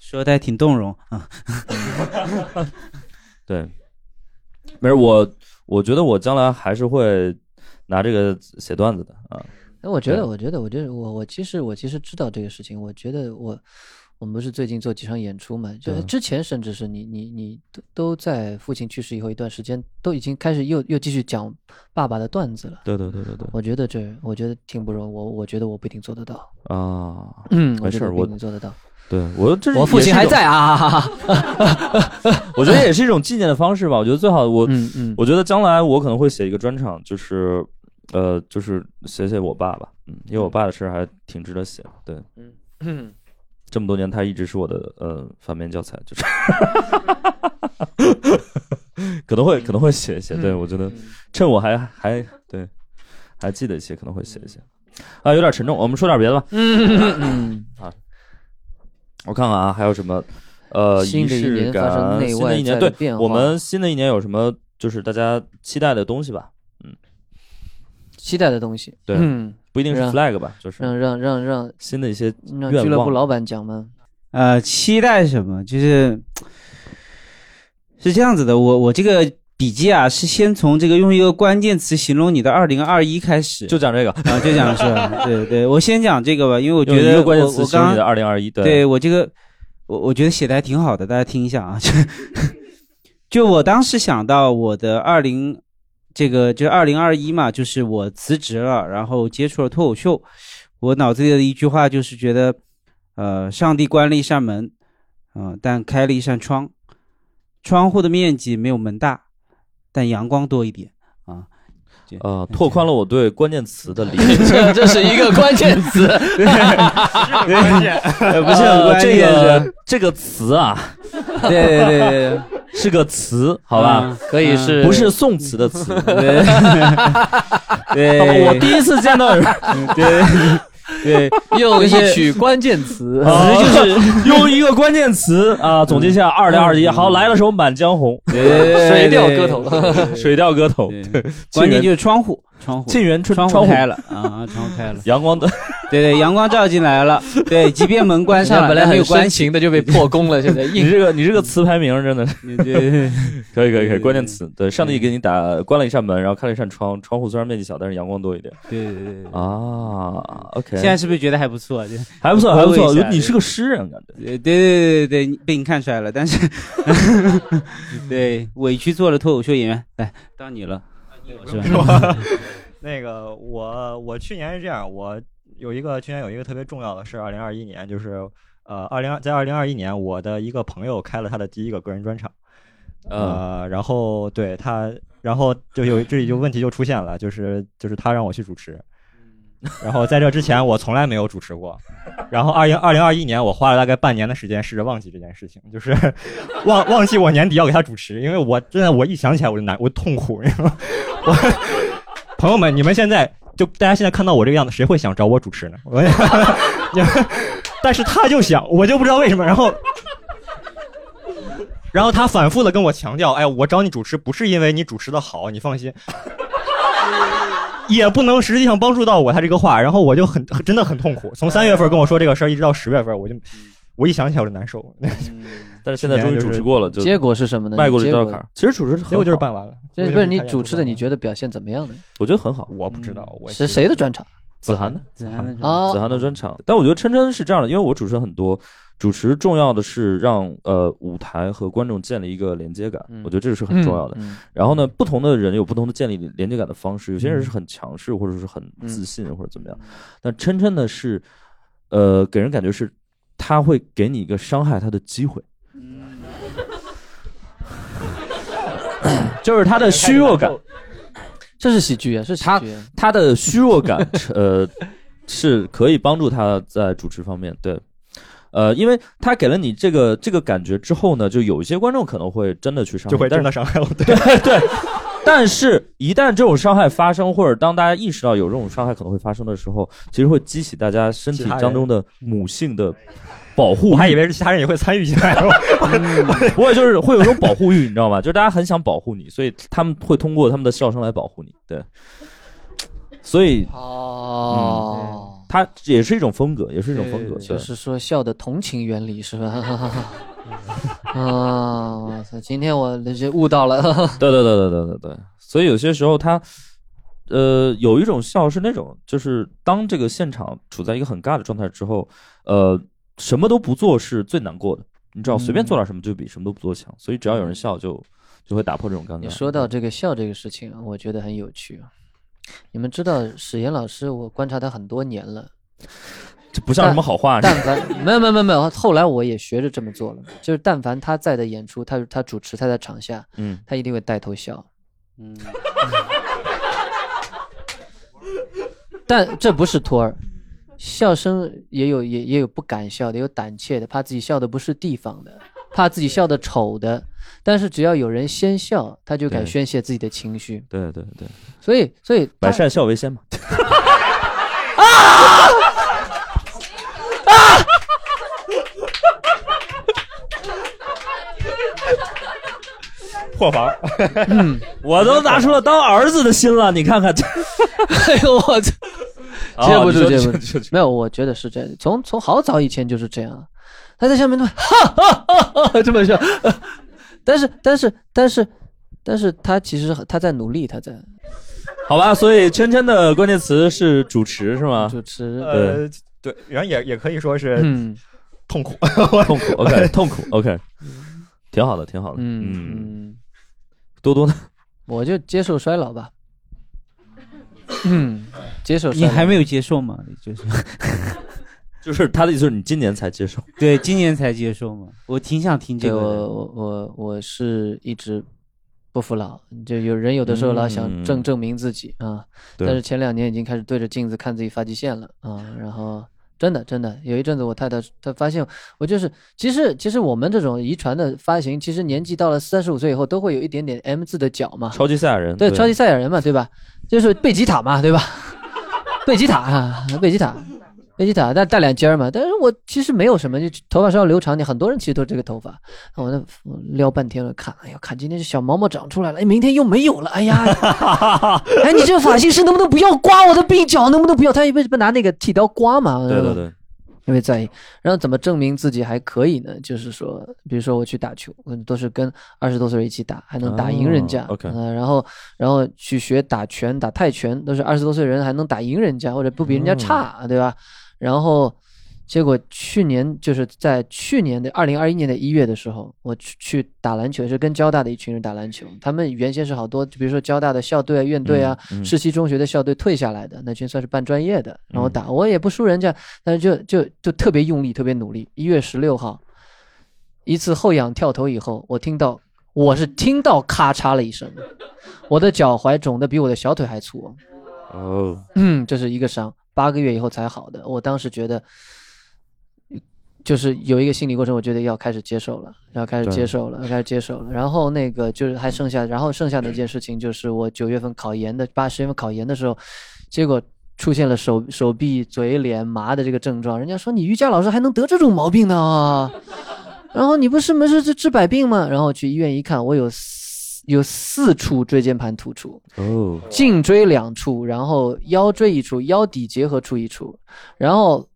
说的还挺动容 啊。
对，没事，我我觉得我将来还是会拿这个写段子的啊。
那我觉
对
得，我觉得，我觉得，我我其实我其实知道这个事情。我觉得我我们不是最近做几场演出嘛，就
对
之前甚至是你你你都都在父亲去世以后一段时间，都已经开始又又继续讲爸爸的段子了。
对对对对对
我觉得这，我觉得挺不容易，我我觉得我不一定做得到。
啊，
嗯，
没
觉
事
得
儿，
不
我
一定做得到。
对我这是
我父
也是
亲
一
还
种
在，啊！哈哈哈
我觉得也是一种纪念的方式吧。我觉得最好我
嗯嗯，
我觉得将来我可能会写一个专场，就是呃，就是写写我爸吧，嗯，因为我爸的事儿还挺值得写的。对，
嗯，
这么多年他一直是我的呃反面教材，就是 可能会可能会写一写。对我觉
嗯
得趁我还还对还记得一些，可能会写一写。啊，有点沉重，我们说点别的吧。
嗯嗯，
我看看啊，还有什么？呃，
新的一
仪式
年发生
感
内
新的
外
一
在
年，对，
的变
我
化
们新的一年有什么就是大家期待的东西吧？
期待的东西。
对
嗯，
不一定是
让
flag 吧，就是
让让让让
新的一些
让
愿
俱乐部
望
老板讲嘛。
呃，期待什么？就是是这样子的，我我这个笔记啊，是先从这个用一个关键词形容你的二零二一开始，
就讲这个，
啊，就讲是吧，对对，我先讲这个吧，因为我
我
觉
一
得
个
我
关键词
我
形容
刚
你的二零二一，
对我这个，我我觉得写的还挺好的，大家听一下啊。 就就我当时想到我的二零，这个就二零二一嘛，就是我辞职了，然后接触了脱口秀，我脑子里的一句话就是觉得，呃，上帝关了一扇门，嗯、但开了一扇窗，窗户的面积没有门大，但阳光多一点啊。就
呃，拓宽了我对关键词的理解。
这这是一个关键 词，
呃不是很
呃
关
这
键是，
个这个词啊，
对对对对对，
是个词，好吧，
可以是
不是宋词的词。
对，
哦
对，
我第一次见到有 人
对对，
用一曲关键词？
词就是用一个关键词啊总结一下二零二一。好，来的时候《满江红》
对
水调歌头，
《水调歌头》
对
《
关键就是窗户，窗户，
沁园春》
窗
窗户
开 了啊，窗户开了，
阳光的
对对，阳光照进来了，对，即便门关上了，
本来
但没
很
有
深
关系，
情的 就被破功了，现在
你
硬
这个你这个词牌名真的是
对对对，
可以可
对对
以可以，
对
关键词对，上帝给你打关了一扇门，然后开了一扇窗，窗户虽然面积小，但是阳光多一点
对对对。
啊。OK，
现在是不是觉得还不错？ 就
还不错，
回
还
味
不错
一下。
你是个诗人，感觉
对对对对对，你被你看出来了，但 是，对，委屈做了脱口秀演员，来到啊你了，是吧？
那个我我去年是这样，我有一个去年有一个特别重要的事，二零二一年就是呃二零在二零二一年，我的一个朋友开了他的第一个个人专场，
啊。
呃，然后对他，然后就有这里就问题就出现了，就是就是他让我去主持。然后在这之前，我从来没有主持过。然后二零二零二一年，我花了大概半年的时间试着忘记这件事情，就是 忘忘记我年底要给他主持，因为我真的我一想起来我就难，我就痛苦。然后我朋友们，你们现在就大家现在看到我这个样子，谁会想找我主持呢？我， 你们但是他就想，我就不知道为什么。然后然后他反复的跟我强调，哎，我找你主持不是因为你主持的好，你放心， 也不能实际上帮助到我。他这个话，然后我就很很真的很痛苦。从三
哎
月份跟我说这个事儿，一直到十月份，我
嗯
就我一想起来我就难受，
但是现在终于主持过了，就
结果是什么呢？
迈过了
结
这
果
道坎儿。其实主持很好
结果就是，办完了。
这不是你主持的，你觉得表现怎么样呢？
我觉得很好。
我不知道，我
是嗯谁的专场
子涵的
子涵的
啊
子？涵的专场，但我觉得琛琛是这样的，因为我主持很多，主持重要的是让呃舞台和观众建立一个连接感，
嗯
我觉得这个是很重要的。
嗯
然后呢，不同的人有不同的建立连接感的方式，有些人是很强势，或者是很
嗯
自信，或者怎么样。但琛琛呢是，呃，给人感觉是他会给你一个伤害他的机会，
嗯
就是他的虚弱感，
这是喜剧啊，是喜
他
剧啊。
他的虚弱感， 呃，是可以帮助他在主持方面，对。呃，因为他给了你这个这个感觉之后呢，就有一些观众可能会真的去伤害，
就会
但
真
是
的伤害我。对，
但是，一旦这种伤害发生，或者当大家意识到有这种伤害可能会发生的时候，其实会激起大家身体
其他人
当中的母性的保护欲。
我还以为是其他人也会参与进来。
我也就是会有一种保护欲，你知道吗？就是大家很想保护你，所以他们会通过他们的笑声来保护你。对，所以嗯
哦，
它也是一种风格，也是一种风格。
就
对，
是说笑的同情原理是吧？ 啊， 我操！今天我这些悟到了。
对对对对对对对。所以有些时候他，呃，有一种笑是那种，就是当这个现场处在一个很尬的状态之后，呃，什么都不做是最难过的。你知道，随便做点什么就比什么都不做强，所以只要有人笑就，就会打破这种尴尬。
你说到这个笑这个事情啊，我觉得很有趣啊。你们知道史岩老师，我观察他很多年了。
这不像什么好话
但 凡 没有没有没有没有，后来我也学着这么做了。就是但凡他在的演出，他他主持他在场下，
嗯，
他一定会带头笑。
嗯，
但这不是托儿，笑声也有也也有不敢笑的，有胆怯的，怕自己笑的不是地方的，怕自己笑的丑的。但是只要有人先笑，他就敢
对
宣泄自己的情绪。
对对对，
所以所以
百
他
善孝为先嘛。
啊
破防， 我都拿出了当儿子的心了， 你看看这，
哎呦我操！
哦
接不
你说
住，接
这
不
这
住。没有，我觉得是这样，从从好早以前就是这样。啊他在下面都 哈哈哈哈这么笑， 但是但是但是但是他其实他在努力，他在
好吧？所以圈圈的关键词是主持是吗？
主持。
对
呃，对，然后也也可以说是
嗯
痛苦，
痛苦，OK，痛 苦，OK，挺好的，挺好的。嗯，
嗯，
多多呢？
我就接受衰老吧。嗯，接受衰
你
老。
还没 有接受吗？就是
就是他的意思是你今年才接受，
对，今年才接受嘛，我挺想听这个
对我
的。
我我我是一直不服老，就有人有的时候老想证
嗯
证明自己啊，
对
但是前两年已经开始对着镜子看自己发际线了啊，然后真的真的有一阵子我太太她发现我就是，其实其实我们这种遗传的发型，其实年纪到了三十五岁以后都会有一点点 M 字的角嘛，
超级赛亚人，
对，超级赛亚人嘛，对吧？就是贝吉塔嘛，对吧？ 贝吉塔啊，贝吉塔，贝吉塔，但带两尖儿嘛。但是我其实没有什么，就头发稍微留长点，很多人其实都是这个头发。我那我撩半天了，看，哎呀，看今天这小毛毛长出来了，哎，明天又没有了，哎呀，哎，你这个发型师能不能不要刮我的鬓角？能不能不要？他不不拿那个剃刀刮嘛？
对对对，
因为在意。然后怎么证明自己还可以呢？就是说，比如说我去打球，嗯，都是跟二十多岁人一起打，还能打赢人家。
哦，OK
呃然后然后去学打拳、打泰拳，都是二十多岁人还能打赢人家，或者不比人家差，
嗯
对吧？然后结果去年就是在去年的二零二一年的一月的时候，我去去打篮球，也是跟交大的一群人打篮球。他们原先是好多，就比如说交大的校队啊、院队啊、
嗯嗯
世袭中学的校队退下来的那群，算是半专业的。然后打我也不输人家，但是就就就特别用力，特别努力。一月十六号，一次后仰跳投以后，我听到我是听到咔嚓了一声，我的脚踝肿得比我的小腿还粗。
哦，
嗯，这是一个伤，八个月以后才好的。我当时觉得，就是有一个心理过程，我觉得要开始接受了，要开始
对
接受了，要开始接受了。然后那个就是还剩下，然后剩下的一件事情就是我九月份考研的，八十月份考研的时候，结果出现了手手臂、嘴、脸麻的这个症状。人家说你瑜伽老师还能得这种毛病呢 啊！然后你不是没事治治百病吗？然后去医院一看，我有四有四处椎间盘突出。
哦，
颈椎两处，然后腰椎一处，腰底结合处一处，然后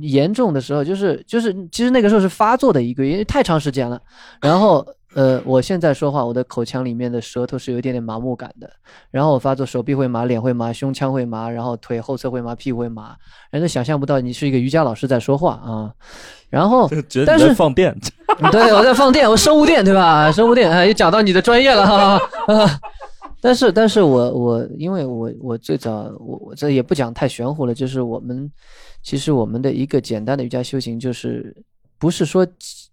严重的时候就是就是其实那个时候是发作的一个月，因为太长时间了。然后呃，我现在说话，我的口腔里面的舌头是有一点点麻木感的。然后我发作，手臂会麻，脸会麻，胸腔会麻，然后腿后侧会麻，屁股会麻，人都想象不到你是一个瑜伽老师在说话啊。然后
觉得
但
你在
是
放 电，
嗯对，我在放电，我生物电对吧？生物电，哎，又讲到你的专业了哈哈。啊但是，但是我我因为我我最早我我这也不讲太玄乎了，就是我们其实我们的一个简单的瑜伽修行，就是不是说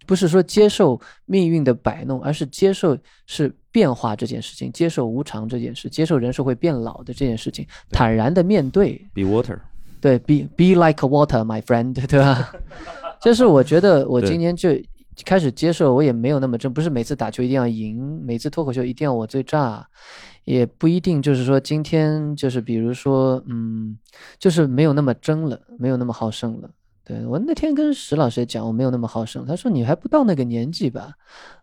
不是说接受命运的摆弄，而是接受是变化这件事情，接受无常这件事，接受人是会变老的这件事情，坦然的面对，
比 water，
对，be be like a water, my friend，对吧？ 就是我觉得我
对
今年就开始接受，我也没有那么真，不是每次打球一定要赢，每次脱口秀一定要我最炸，也不一定就是说今天就是比如说，嗯，就是没有那么争了，没有那么好胜了。对我那天跟石老师也讲，我没有那么好胜，他说你还不到那个年纪吧，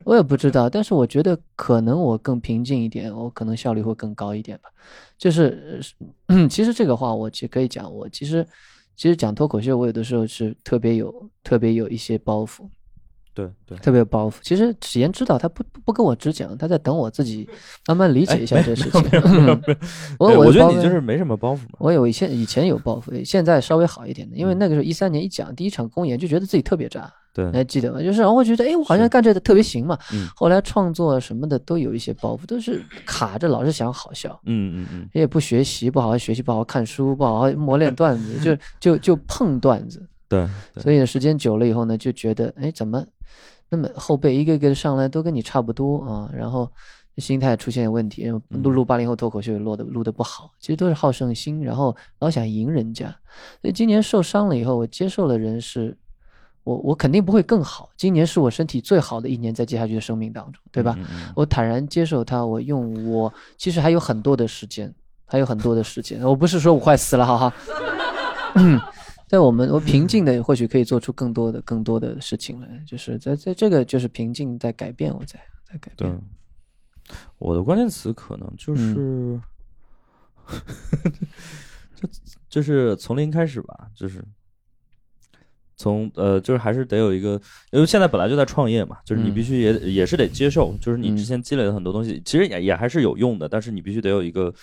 我也不知道，但是我觉得可能我更平静一点，我可能效率会更高一点吧。就是，嗯，其实这个话我其实可以讲，我其实其实讲脱口秀，我有的时候是特别有特别有一些包袱，
对对，
特别有包袱。其实史岩知道他不不不跟我直讲，他在等我自己慢慢理
哎
解一下这事情。 我
对我
的
觉得
包
你
袱
就是没什么包袱嘛。嗯
我有以前以前有包袱，现在稍微好一点的，因为那个时候一三年一讲第一场公演就觉得自己特别渣，
对
你，还记得吗？就是然后会觉得，哎，我好像干这个特别行嘛。
嗯
后来创作什么的都有一些包袱，都是卡着，老是想好笑，
嗯嗯嗯，
也不学习，不好好学习，不好好看书，不好好磨练段子，就就就碰段子。
对对，
所以呢，时间久了以后呢，就觉得，哎，怎么那么后辈一个一个上来都跟你差不多啊？然后心态出现问题，
嗯
然后录录八零后脱口秀也录的录的不好，其实都是好胜心，然后老想赢人家。所以今年受伤了以后，我接受了人是。我我肯定不会更好，今年是我身体最好的一年，在接下去的生命当中，对吧？
嗯嗯嗯
我坦然接受它，我用我其实还有很多的时间，还有很多的时间。我不是说我快死了，哈 哈。嗯，在我们我平静的，或许可以做出更多的更多的 事情来，就是在在这个就是平静在改变，我在在改
对
变。，
我的关键词可能就是，
嗯
就就是从零开始吧，就是从呃，就是还是得有一个，因为现在本来就在创业嘛，就是你
嗯
必须也、也是得接受，就是你
嗯
之前积累的很多东西，其实也也还是有用的，但是你必须得有一个。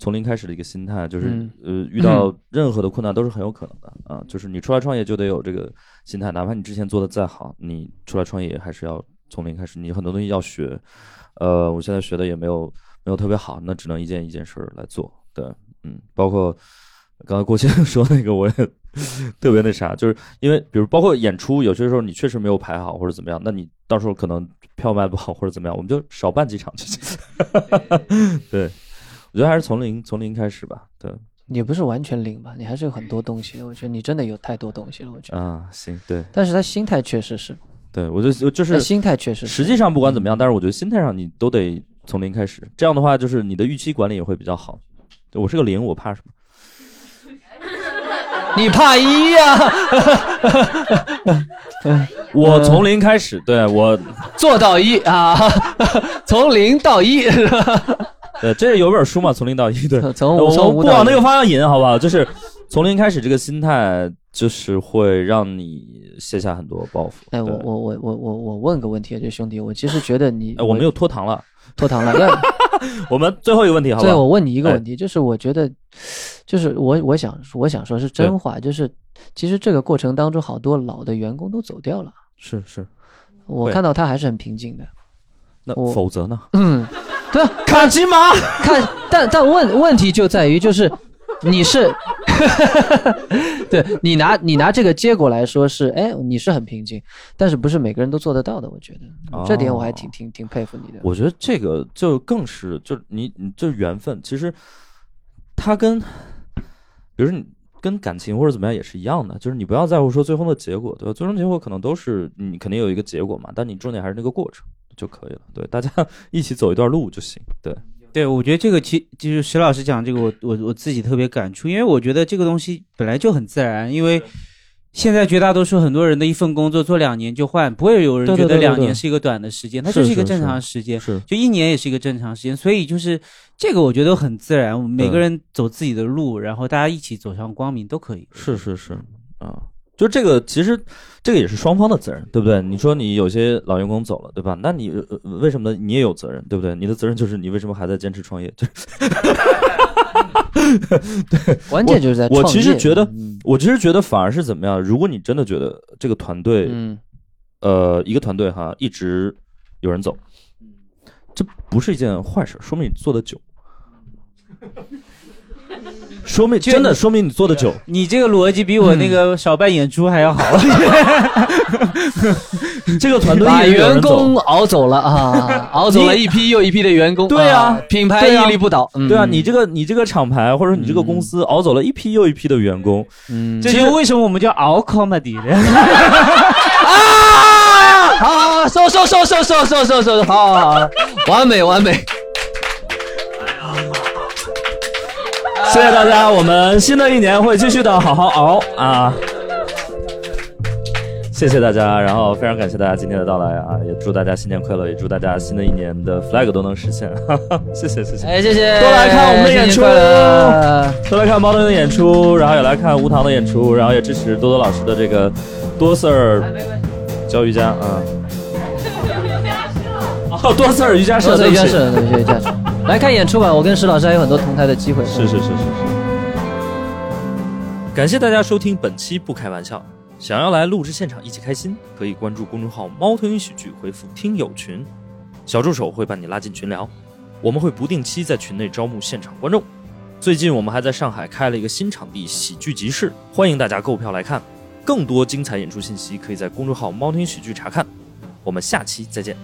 从零开始的一个心态，就是、
嗯
呃，遇到任何的困难都是很有可能的啊。就是你出来创业就得有这个心态，哪怕你之前做的再好，你出来创业还是要从零开始，你很多东西要学，呃，我现在学的也没有没有特别好，那只能一件一件事儿来做。对，嗯，包括刚才郭先生 说那个，我也特别那啥，就是因为比如包括演出，有些时候你确实没有排好或者怎么样，那你到时候可能票卖不好或者怎么样，我们就少办几场就行。 对，我觉得还是从零从零开始吧。对，
也不是完全零吧，你还是有很多东西的。我觉得你真的有太多东西了，我觉得。
啊，行，对
但是他心态确实是，
对，我就就
他
是
心态确实
实
是。嗯
际上不管怎么样，但是我觉得心态上你都得从零开始，这样的话就是你的预期管理也会比较好。对我是个零，我怕什么？
你怕一呀、 嗯
我从零开始，对我
做到一啊， 从零到一，
对，这有本书嘛，《从零到一》对，
从
我
无从
们
无
不
到
往那个
有。
方向引，好不好？就是从零开始，这个心态就是会让你卸下很多包袱。
哎，我
对
我我我我我问个问题啊，这兄弟，我其实觉得你
哎，我们又拖堂了。
脱 堂了，要
我们最后一个问题，好不
对，
好？
我问你一个
哎
问题，就是我觉得，就是我我想我想说是真话，就是其实这个过程当中，好多老的员工都走掉了，
是是，
我
会
看到他还是很平静的。
那
我
否则呢？
嗯，对啊，
卡吉玛，
看，但但问问题就在于，就是你是， 对你拿你拿这个结果来说是，哎，你是很平静，但是不是每个人都做得到的？我觉得、
哦
这点我还挺挺挺佩服你的。
我觉得这个就更是，就是你，你就是缘分。其实它跟，比如说你跟感情或者怎么样也是一样的，就是你不要在乎说最终的结果，对吧？最终结果可能都是你肯定有一个结果嘛，但你重点还是那个过程就可以了。对，大家 一起走一段路就行。对，
对，我觉得这个其就是石老师讲这个我，我我自己特别感触，因为我觉得这个东西本来就很自然，因为现在绝大多数很多人的一份工作做两年就换，不会有人
对对
觉得
对对
两
对
年是一个短的时间，它
是
就是一个
是
正
是
常的时间，
是
就一年也是一个正常时间，所以就是这个我觉得很自然，我们每
对
个人走自己的路，然后大家一起走向光明都可以。
是是是，啊，就这个其实这个也是双方的责任，对不对？你说你有些老员工走了，对吧？那你、呃呃为什么呢？你也有责任，对不对？你的责任就是你为什么还在坚持创业？ 就是
关键就是在
我
创
其实
业
觉得
嗯
我其实觉得反而是怎么样？如果你真的觉得这个团队，
嗯
呃，一个团队哈一直有人走，这不是一件坏事，说明你做的久。说明
就
真的说明你做的久，
你这个逻辑比我那个少办演出还要好。
这个团队
把
一直有
员
人走
工熬走了啊，熬走了一批又一批的员工。
对啊
品牌
对啊
屹立不倒。嗯
对啊，你这个你这个厂牌或者你这个公司熬走了一批又一批的员工，
嗯
这就是为什么我们叫熬 comedy 的。
啊，好好好，收收收收收收收收，好好好，完美完美。
谢谢大家，我们新的一年会继续的好好熬啊！谢谢大家，然后非常感谢大家今天的到来啊，也祝大家新年快乐，也祝大家新的一年的 flag 都能实现， 哈哈，谢谢谢谢。
哎，谢谢，
多来看我们的演出
新年快乐啊
都来看猫灯的演出，然后也来看吴糖的演出，然后也支持多多老师的这个多 Sir 教瑜伽 啊。哦，多次瑜伽社，
多次瑜伽社，
对不起
对瑜伽社，来看演出吧，我跟石老师还有很多同台的机会。
是是是是是。感谢大家收听本期《不开玩笑》。想要来录制现场一起开心，可以关注公众号“猫头鹰喜剧”，回复“听友群”，小助手会把你拉进群聊。我们会不定期在群内招募现场观众。最近我们还在上海开了一个新场地——喜剧集市，欢迎大家购票来看。更多精彩演出信息可以在公众号“猫头鹰喜剧”查看。我们下期再见。